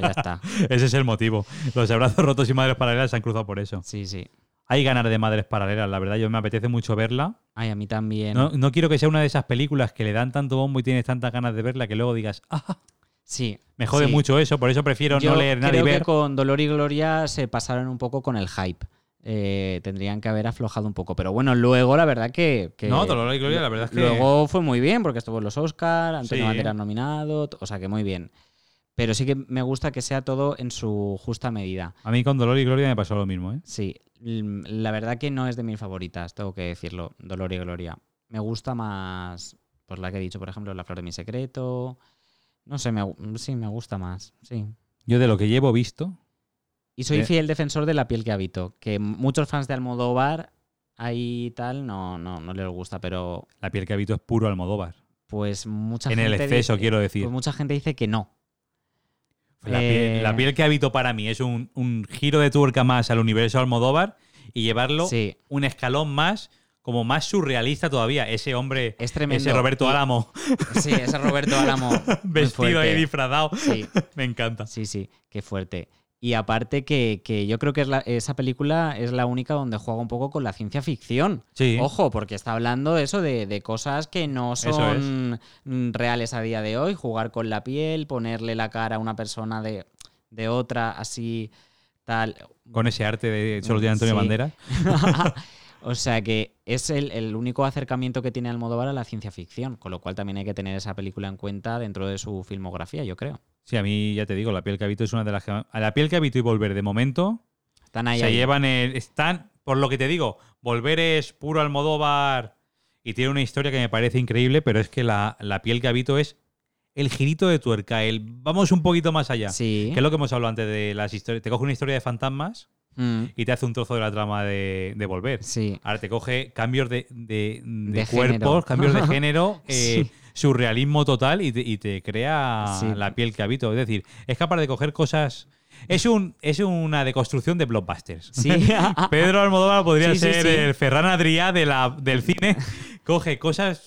B: ya está.
A: Ese es el motivo. Los abrazos rotos y madres paralelas se han cruzado por eso.
B: Sí, sí.
A: Hay ganas de madres paralelas, la verdad, yo me apetece mucho verla.
B: Ay, a mí también.
A: No, no quiero que sea una de esas películas que le dan tanto bombo y tienes tantas ganas de verla que luego digas, ah,
B: Sí.
A: me jode
B: sí.
A: mucho eso, por eso prefiero
B: Yo
A: no leer nada y
B: creo
A: ver.
B: que con Dolor y Gloria se pasaron un poco con el hype. Eh, tendrían que haber aflojado un poco. Pero bueno, luego la verdad que. que-
A: No, Dolor y Gloria, la verdad es que-
B: Luego fue muy bien, porque estuvo en los Oscar, Antonio
A: Sí.
B: Banderas nominado, t- o sea que muy bien. Pero sí que me gusta que sea todo en su justa medida.
A: A mí con Dolor y Gloria me pasó lo mismo, ¿eh?
B: Sí, l- la verdad que no es de mis favoritas, tengo que decirlo, Dolor y Gloria. Me gusta más, pues la que he dicho, por ejemplo, La Flor de mi Secreto. No sé, me gu- sí, me gusta más, sí.
A: Yo de lo que llevo visto,
B: Y soy
A: Eh.
B: fiel defensor de La piel que habito, que muchos fans de Almodóvar ahí y tal no, no, no les gusta, pero
A: la piel que habito es puro Almodóvar.
B: pues mucha
A: En
B: gente
A: el exceso,
B: dice-
A: quiero decir.
B: pues mucha gente dice que no.
A: La, piel,
B: eh,
A: la piel que habito para mí es un, un giro de tuerca más al universo Almodóvar y llevarlo
B: Sí,
A: un escalón más, como más surrealista todavía. Ese hombre,
B: es tremendo.
A: ese Roberto
B: Y-
A: Álamo,
B: Sí, ese Roberto Álamo. muy
A: vestido ahí
B: fuerte.
A: disfrazado,
B: Sí.
A: me encanta.
B: Sí, sí, qué fuerte. Y aparte que, que yo creo que es la- esa película es la única donde juega un poco con la ciencia ficción.
A: Sí.
B: Ojo, porque está hablando eso de, de cosas que no
A: Eso
B: son mm, reales a día de hoy. Jugar con la piel, ponerle la cara a una persona de, de otra, así, tal.
A: Con ese arte de solo tiene Antonio
B: Sí.
A: Banderas.
B: o sea que es el, el único acercamiento que tiene Almodóvar a la ciencia ficción, con lo cual también hay que tener esa película en cuenta dentro de su filmografía, yo creo.
A: Sí, a mí ya te digo, la piel que habito es una de las que... A la piel que habito y volver de momento
B: Están ahí.
A: se
B: ahí.
A: llevan el. Están. Por lo que te digo, Volver es puro Almodóvar y tiene una historia que me parece increíble, pero es que la, la piel que habito es el girito de tuerca, el vamos un poquito más allá.
B: Sí.
A: Que es lo que hemos hablado antes de las historias. Te coge una historia de fantasmas
B: Mm,
A: y te hace un trozo de la trama de, de Volver.
B: sí.
A: Ahora te coge cambios de, de- de
B: De
A: cuerpos,
B: género.
A: cambios de género, eh,
B: Sí.
A: surrealismo total y te, y te crea
B: Sí.
A: la piel que habito. Es decir, es capaz de coger cosas. Es, un, es una deconstrucción de blockbusters.
B: Sí. Ah,
A: Pedro Almodóvar podría
B: Sí, sí,
A: ser
B: sí.
A: el Ferran Adrià de la, del cine. Coge cosas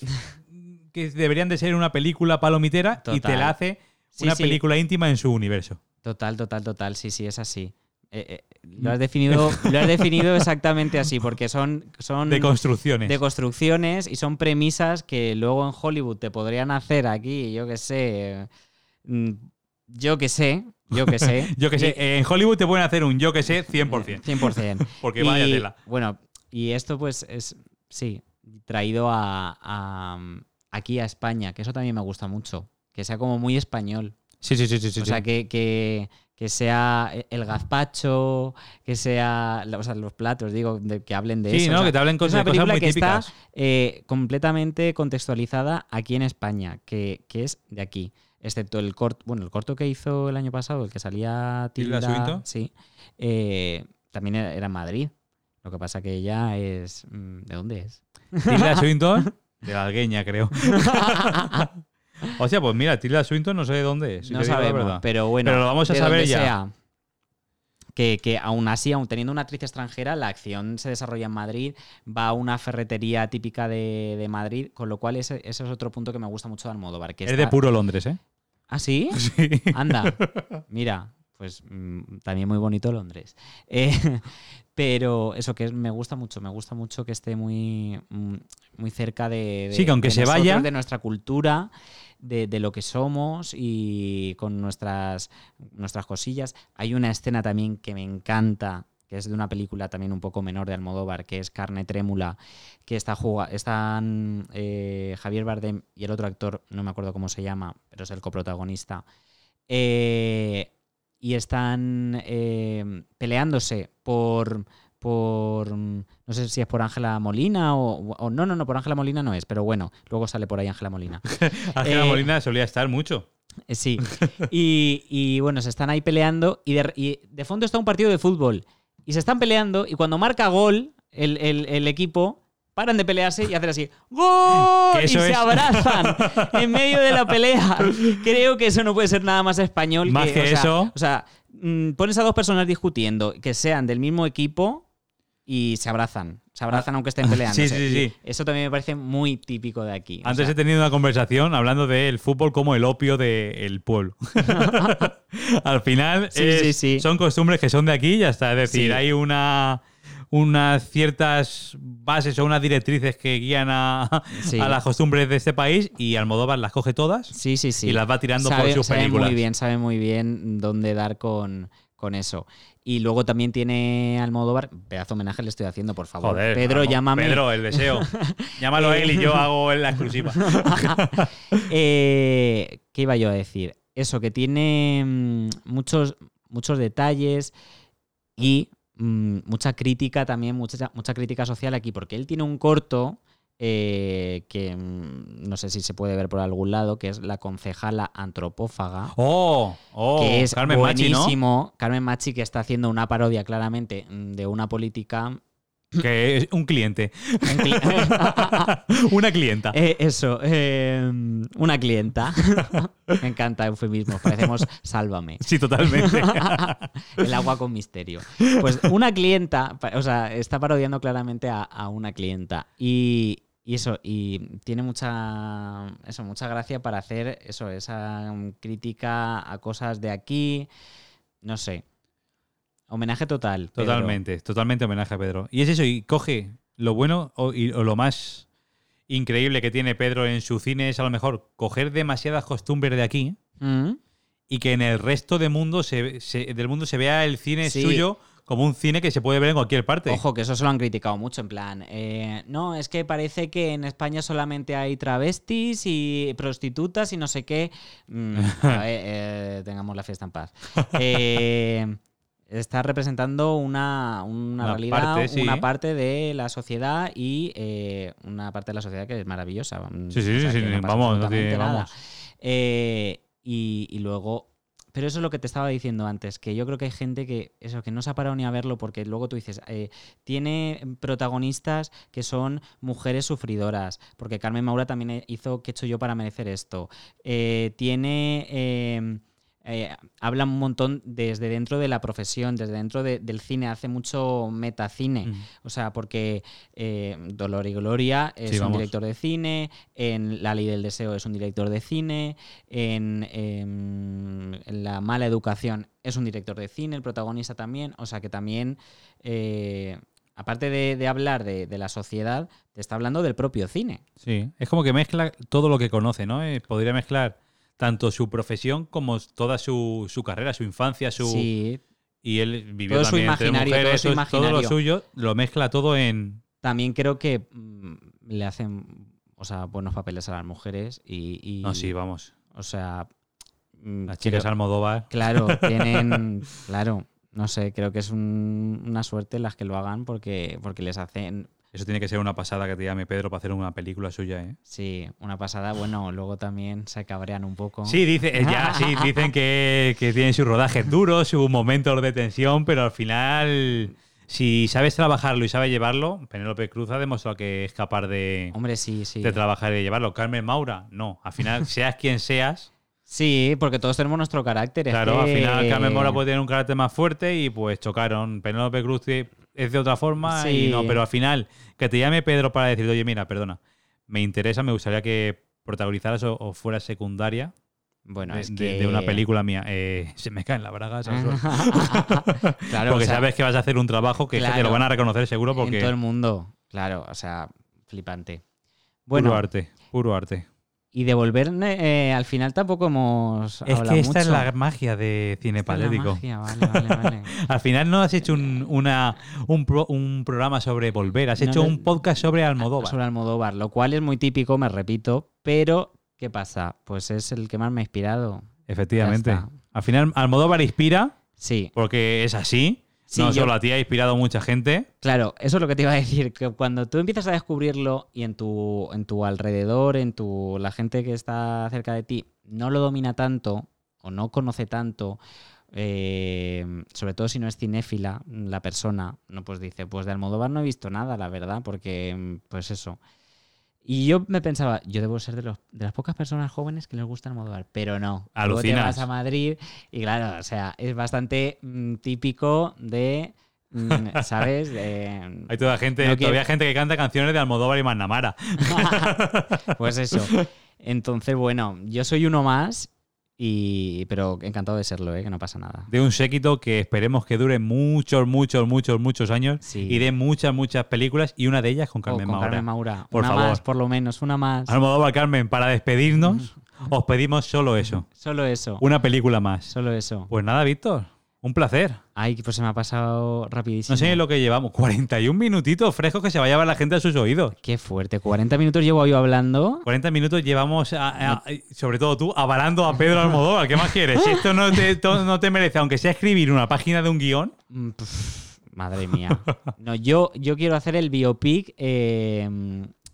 A: que deberían de ser en una película palomitera y te
B: Total.
A: la hace
B: Sí,
A: una
B: sí.
A: película íntima en su universo.
B: Total, total, total. Sí, sí, es así. Eh, eh,
A: Mm.
B: lo, has definido, lo has definido exactamente así, porque son, son
A: De construcciones.
B: deconstrucciones y son premisas que luego en Hollywood te podrían hacer aquí, yo qué sé. mm, Yo qué sé, yo qué sé.
A: yo que sé, eh,
B: Y-
A: en Hollywood te pueden hacer un yo que sé 100%.
B: 100%.
A: Porque vaya
B: Y,
A: tela.
B: Bueno, y esto pues es, sí, traído a, a- aquí a España, que eso también me gusta mucho, que sea como muy español.
A: Sí, sí, sí, sí. sí,
B: o
A: sí.
B: sea, que, que- que sea el gazpacho, que sea la- o sea, los platos, digo, de- que hablen de
A: Sí,
B: eso.
A: ¿no?
B: o sea,
A: que te hablen
B: es
A: cosas,
B: una
A: cosas
B: película
A: muy
B: que está
A: típicas.
B: eh, completamente contextualizada aquí en España, que, que es de aquí. Excepto el corto, bueno, el corto que hizo el año pasado, el que salía
A: ¿Tilda
B: Tilda,
A: Swinton?
B: sí, eh, también era, era en Madrid. Lo que pasa que ella es... mm, ¿De dónde es?
A: Tilda Swinton, de la algueña, creo. o sea, pues mira, Tilda Swinton no sé de dónde es. si
B: no
A: te digo la
B: sabemos,
A: verdad.
B: pero bueno.
A: Pero lo vamos a
B: de
A: saber
B: donde
A: ya.
B: sea. que, que aún así, aún teniendo una actriz extranjera, la acción se desarrolla en Madrid, va a una ferretería típica de, de Madrid, con lo cual ese, ese es otro punto que me gusta mucho de Almodóvar. Que
A: es
B: está-
A: de puro Londres, ¿eh?
B: ¿Ah, sí?
A: Sí.
B: Anda, mira, pues mm, también muy bonito Londres. Eh, pero eso que es- me gusta mucho, me gusta mucho que esté muy, mm, muy cerca de, de-
A: Sí, que aunque
B: de
A: se
B: nosotros,
A: vaya-
B: de nuestra cultura de, de lo que somos y con nuestras, nuestras cosillas. Hay una escena también que me encanta, que es de una película también un poco menor de Almodóvar, que es Carne Trémula, que está juga- están eh, Javier Bardem y el otro actor, no me acuerdo cómo se llama, pero es el coprotagonista, eh, y están eh, peleándose por, por, mm, no sé si es por Ángela Molina o, o- no, no, no, por Ángela Molina no es, pero bueno, luego sale por ahí Ángela Molina.
A: Ángela
B: Eh,
A: Molina solía estar mucho.
B: Eh, Sí. Y, y, bueno, se están ahí peleando y de, y de fondo está un partido de fútbol. Y se están peleando y cuando marca gol el, el- el equipo, paran de pelearse y hacen así ¡Gol!
A: Que
B: Y
A: eso
B: se
A: es-
B: abrazan en medio de la pelea. Creo que eso no puede ser nada más español.
A: Más que
B: o sea,
A: eso.
B: O sea, mm, pones a dos personas discutiendo que sean del mismo equipo y se abrazan. Se abrazan aunque estén peleando.
A: Ah. Sí, sí, sí.
B: Eso también me parece muy típico de aquí. O
A: Antes
B: sea,
A: he tenido una conversación hablando del fútbol como el opio del pueblo. Al final
B: Sí,
A: es-
B: sí, sí.
A: son costumbres que son de aquí y ya está. Es decir,
B: Sí.
A: hay una unas ciertas bases o unas directrices que guían a,
B: Sí.
A: a las costumbres de este país y Almodóvar las coge todas
B: Sí, sí, sí.
A: y las va tirando
B: Sabe-
A: por sus
B: sabe
A: películas.
B: muy bien, sabe muy bien dónde dar con, con eso. Y luego también tiene Almodóvar, pedazo de homenaje le estoy haciendo, por favor.
A: Joder,
B: Pedro,
A: vamos,
B: llámame.
A: Pedro, el deseo. Llámalo a él y yo hago la exclusiva.
B: Eh, ¿Qué iba yo a decir? Eso, que tiene mm, muchos, muchos detalles y mm, mucha crítica también, mucha, mucha crítica social aquí, porque él tiene un corto eh, que mm, no sé si se puede ver por algún lado, que es La concejala antropófaga.
A: Oh, oh,
B: que es
A: Carmen Machi, ¿no?
B: buenísimo. Carmen Machi que está haciendo una parodia claramente mm, de una política.
A: Que es un cliente.
B: Un cli-
A: Una clienta.
B: Eh, eso, eh, una clienta. Me encanta eufemismo, parecemos sálvame.
A: Sí, totalmente.
B: El agua con misterio. Pues una clienta, pa- o sea, está parodiando claramente a, a una clienta. Y, y eso, y tiene mucha, eso, mucha gracia para hacer eso, esa mm, crítica a cosas de aquí. No sé. Homenaje total. Pedro.
A: Totalmente, totalmente homenaje a Pedro. Y es eso, y coge lo bueno o, y- o lo más increíble que tiene Pedro en su cine es a lo mejor coger demasiadas costumbres de aquí
B: Mm,
A: y que en el resto del mundo se, se- del mundo se vea el cine
B: Sí.
A: suyo como un cine que se puede ver en cualquier parte.
B: Ojo, que eso se lo han criticado mucho, en plan, eh, no, es que parece que en España solamente hay travestis y prostitutas y no sé qué. Mm, a ver, eh, tengamos la fiesta en paz. Eh, está representando una, una,
A: Una
B: realidad,
A: parte, sí.
B: una parte de la sociedad y eh, una parte de la sociedad que es maravillosa. Mm,
A: Sí, sí, sí, sí,
B: que no pasa
A: vamos, no
B: absolutamente
A: tiene-
B: nada.
A: vamos.
B: Eh, y, y luego. Pero eso es lo que te estaba diciendo antes, que yo creo que hay gente que eso que no se ha parado ni a verlo porque luego tú dices, eh, tiene protagonistas que son mujeres sufridoras, porque Carmen Maura también hizo ¿Qué he hecho yo para merecer esto? Eh, tiene... eh, eh, habla un montón desde dentro de la profesión, desde dentro de- del cine, hace mucho metacine.
A: Mm.
B: O sea, porque eh, Dolor y Gloria es
A: Sí,
B: un
A: vamos.
B: director de cine, en La Ley del Deseo es un director de cine, en, em, en La Mala Educación es un director de cine, el protagonista también. O sea, que también, eh, aparte de, de hablar de, de la sociedad, te está hablando del propio cine.
A: Sí, es como que mezcla todo lo que conoce, ¿no? Eh, podría mezclar tanto su profesión como toda su, su carrera, su infancia, su
B: Sí,
A: y él vivió
B: Todo su
A: también entre
B: imaginario, todo
A: mujeres,
B: su
A: eso es- todo lo
B: imaginario.
A: suyo, lo mezcla todo en
B: también creo que mm, le hacen. O sea, buenos papeles a las mujeres y... y-
A: No, Ah, sí, vamos.
B: O sea... mm,
A: Las
B: creo-
A: chicas Almodóvar.
B: Claro, tienen. claro, no sé, creo que es un- una suerte las que lo hagan porque, porque les hacen.
A: Eso tiene que ser una pasada que te llame Pedro para hacer una película suya, ¿eh?
B: Sí, una pasada. Bueno, luego también se cabrean un poco.
A: Sí, dice, eh, ya, sí, dicen que, que tienen sus rodajes duros, sus momentos de tensión, pero al final, si sabes trabajarlo y sabes llevarlo, Penélope Cruz ha demostrado que es capaz de,
B: Hombre, sí, sí.
A: de trabajar y de llevarlo. Carmen Maura, no. Al final, seas quien seas,
B: Sí, porque todos tenemos nuestro carácter. es
A: claro, al
B: que-
A: final Carmen Maura puede tener un carácter más fuerte y pues chocaron. Penélope Cruz que es de otra forma y
B: Sí.
A: no, pero al final, que te llame Pedro para decirte, oye, mira, perdona, me interesa, me gustaría que protagonizaras o- o fuera secundaria.
B: Bueno,
A: de,
B: es
A: de-
B: que... Ah.
A: de una película mía. Eh, se me caen las bragas. al sol.
B: claro,
A: porque
B: o sea,
A: sabes que vas a hacer un trabajo que, es que te lo
B: claro.
A: van a reconocer seguro
B: en todo el
A: porque
B: mundo. Claro, o sea, flipante.
A: puro
B: Bueno,
A: arte, puro arte.
B: Y de volver, eh, al final tampoco hemos
A: Es
B: hablado
A: que esta es
B: mucho.
A: la magia de cine
B: Esta es la
A: palético.
B: magia, Vale, vale, vale.
A: Al final no has hecho un, una- un, pro- un programa sobre volver, has
B: No,
A: hecho
B: no.
A: un podcast sobre Almodóvar.
B: Sobre Almodóvar, lo cual es muy típico, me repito, pero ¿qué pasa? Pues es el que más me ha inspirado.
A: Efectivamente.
B: Ya está.
A: Al final Almodóvar inspira
B: Sí,
A: porque es así.
B: Sí,
A: no
B: yo-
A: solo a ti ha inspirado a mucha gente.
B: claro, eso es lo que te iba a decir, que cuando tú empiezas a descubrirlo y en tu, en tu alrededor, en tu la gente que está cerca de ti, no lo domina tanto o no conoce tanto, eh, sobre todo si no es cinéfila la persona, no pues dice, pues de Almodóvar no he visto nada, la verdad, porque mm, pues eso. Y yo me pensaba, yo debo ser de, los, de las pocas personas jóvenes que les gusta Almodóvar, pero no. Luego te
A: Alucinas.
B: vas a Madrid y claro, o sea, es bastante mm, típico de, mm, ¿sabes? De,
A: Hay toda gente,
B: No
A: todavía
B: quiero-
A: hay gente que canta canciones de Almodóvar y Magnamara.
B: pues eso. Entonces, bueno, yo soy uno más, y, pero encantado de serlo, ¿eh? que no pasa nada.
A: De un séquito que esperemos que dure muchos, muchos, muchos, muchos años.
B: Sí.
A: Y de muchas, muchas películas. Y una de ellas con
B: Oh,
A: Carmen
B: con
A: Maura.
B: Carmen Maura.
A: Por
B: una
A: favor. Ah,
B: más, por lo menos, una más.
A: Almodóvar Carmen, para despedirnos, os pedimos solo eso.
B: Solo eso.
A: Una película más.
B: Solo eso.
A: Pues nada, Víctor. Un placer.
B: Ay, pues se me ha pasado rapidísimo.
A: No sé ni lo que llevamos. 41 minutitos frescos que se va a llevar la gente a sus oídos.
B: Qué fuerte. 40 minutos llevo yo hablando.
A: 40 minutos llevamos, a- a- sobre todo tú, avalando a Pedro Almodóvar. ¿Qué más quieres? Si esto no te, to- no te merece, aunque sea escribir una página de un guión,
B: Mm, pf, madre mía. No, yo, yo quiero hacer el biopic eh,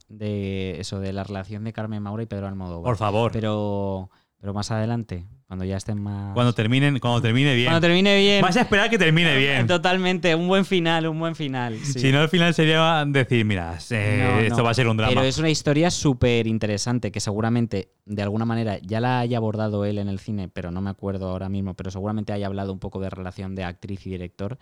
B: de eso, de la relación de Carmen Maura y Pedro Almodóvar.
A: por favor.
B: Pero, pero más adelante, cuando ya estén más.
A: Cuando terminen, cuando termine bien.
B: Cuando termine bien.
A: Vas a esperar que termine bien.
B: Totalmente, un buen final, un buen final. sí.
A: Si no, al final sería decir, mira, eh,
B: No, no.
A: esto va a ser un drama.
B: Pero es una historia súper interesante que seguramente, de alguna manera, ya la haya abordado él en el cine, pero no me acuerdo ahora mismo, pero seguramente haya hablado un poco de relación de actriz y director.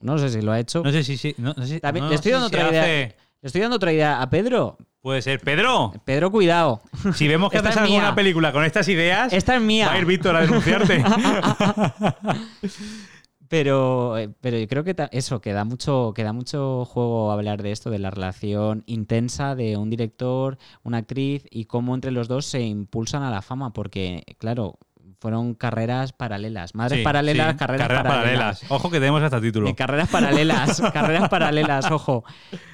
B: No sé si lo ha hecho.
A: No sé si... si- no- no sé-
B: También-
A: no
B: le estoy
A: sé
B: dando
A: si
B: otra idea.
A: hace-
B: Le estoy dando otra idea a Pedro.
A: Puede ser. Pedro,
B: Pedro, cuidado.
A: si vemos que
B: Esta
A: haces
B: es
A: alguna
B: mía.
A: película con estas ideas,
B: Esta es mía.
A: va a ir Víctor a denunciarte.
B: Pero, eh, pero yo creo que ta- eso, que da, mucho, que da mucho juego hablar de esto, de la relación intensa de un director, una actriz y cómo entre los dos se impulsan a la fama, porque, claro, fueron carreras paralelas, madres
A: Sí,
B: paralelas,
A: sí,
B: carreras, paralelas.
A: Ojo que tenemos hasta título.
B: Eh, carreras paralelas, carreras paralelas, ojo.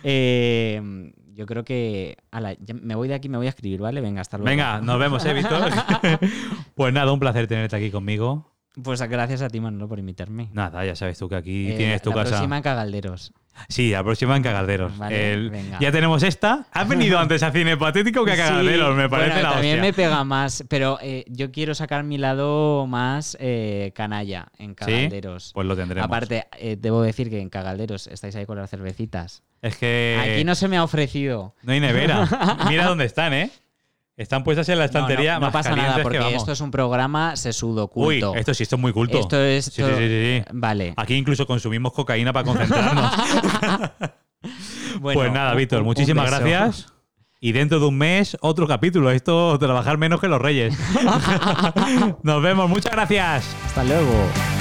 B: Eh, yo creo que. ala, ya me voy de aquí, me voy a escribir, ¿vale? Venga, hasta luego.
A: Venga, nos vemos, ¿eh, Víctor? pues nada, un placer tenerte aquí conmigo.
B: Pues gracias a ti, Manolo, por invitarme.
A: Nada, ya sabes tú que aquí
B: Eh,
A: tienes tu
B: la
A: casa.
B: próxima en Cagalderos.
A: Sí, la próxima en Cagarderos.
B: Vale,
A: El-
B: venga.
A: Ya tenemos esta. Has venido antes a Cine Patético que a
B: Sí,
A: Cagarderos, me parece
B: bueno,
A: la
B: también
A: hostia.
B: me pega más, pero eh, yo quiero sacar mi lado más eh, canalla en Cagalderos.
A: Pues lo tendremos.
B: Aparte, eh, debo decir que en Cagalderos estáis ahí con las cervecitas.
A: es que
B: Aquí no se me ha ofrecido.
A: no hay nevera. Mira dónde están, ¿eh? Están puestas en la
B: No, no,
A: estantería
B: no
A: más
B: pasa nada,
A: calientes que
B: porque
A: vamos.
B: esto es un programa sesudo,
A: Uy,
B: culto.
A: esto sí, esto es muy culto.
B: Esto es
A: Sí, sí,
B: todo-
A: sí, sí, Ah, sí.
B: Vale.
A: Aquí incluso consumimos cocaína para concentrarnos.
B: Bueno,
A: pues nada,
B: un-
A: Víctor,
B: un- un
A: muchísimas
B: beso.
A: gracias. Y dentro de un mes, otro capítulo. Esto, trabajar menos que los reyes. Nos vemos. Muchas gracias.
B: Hasta luego.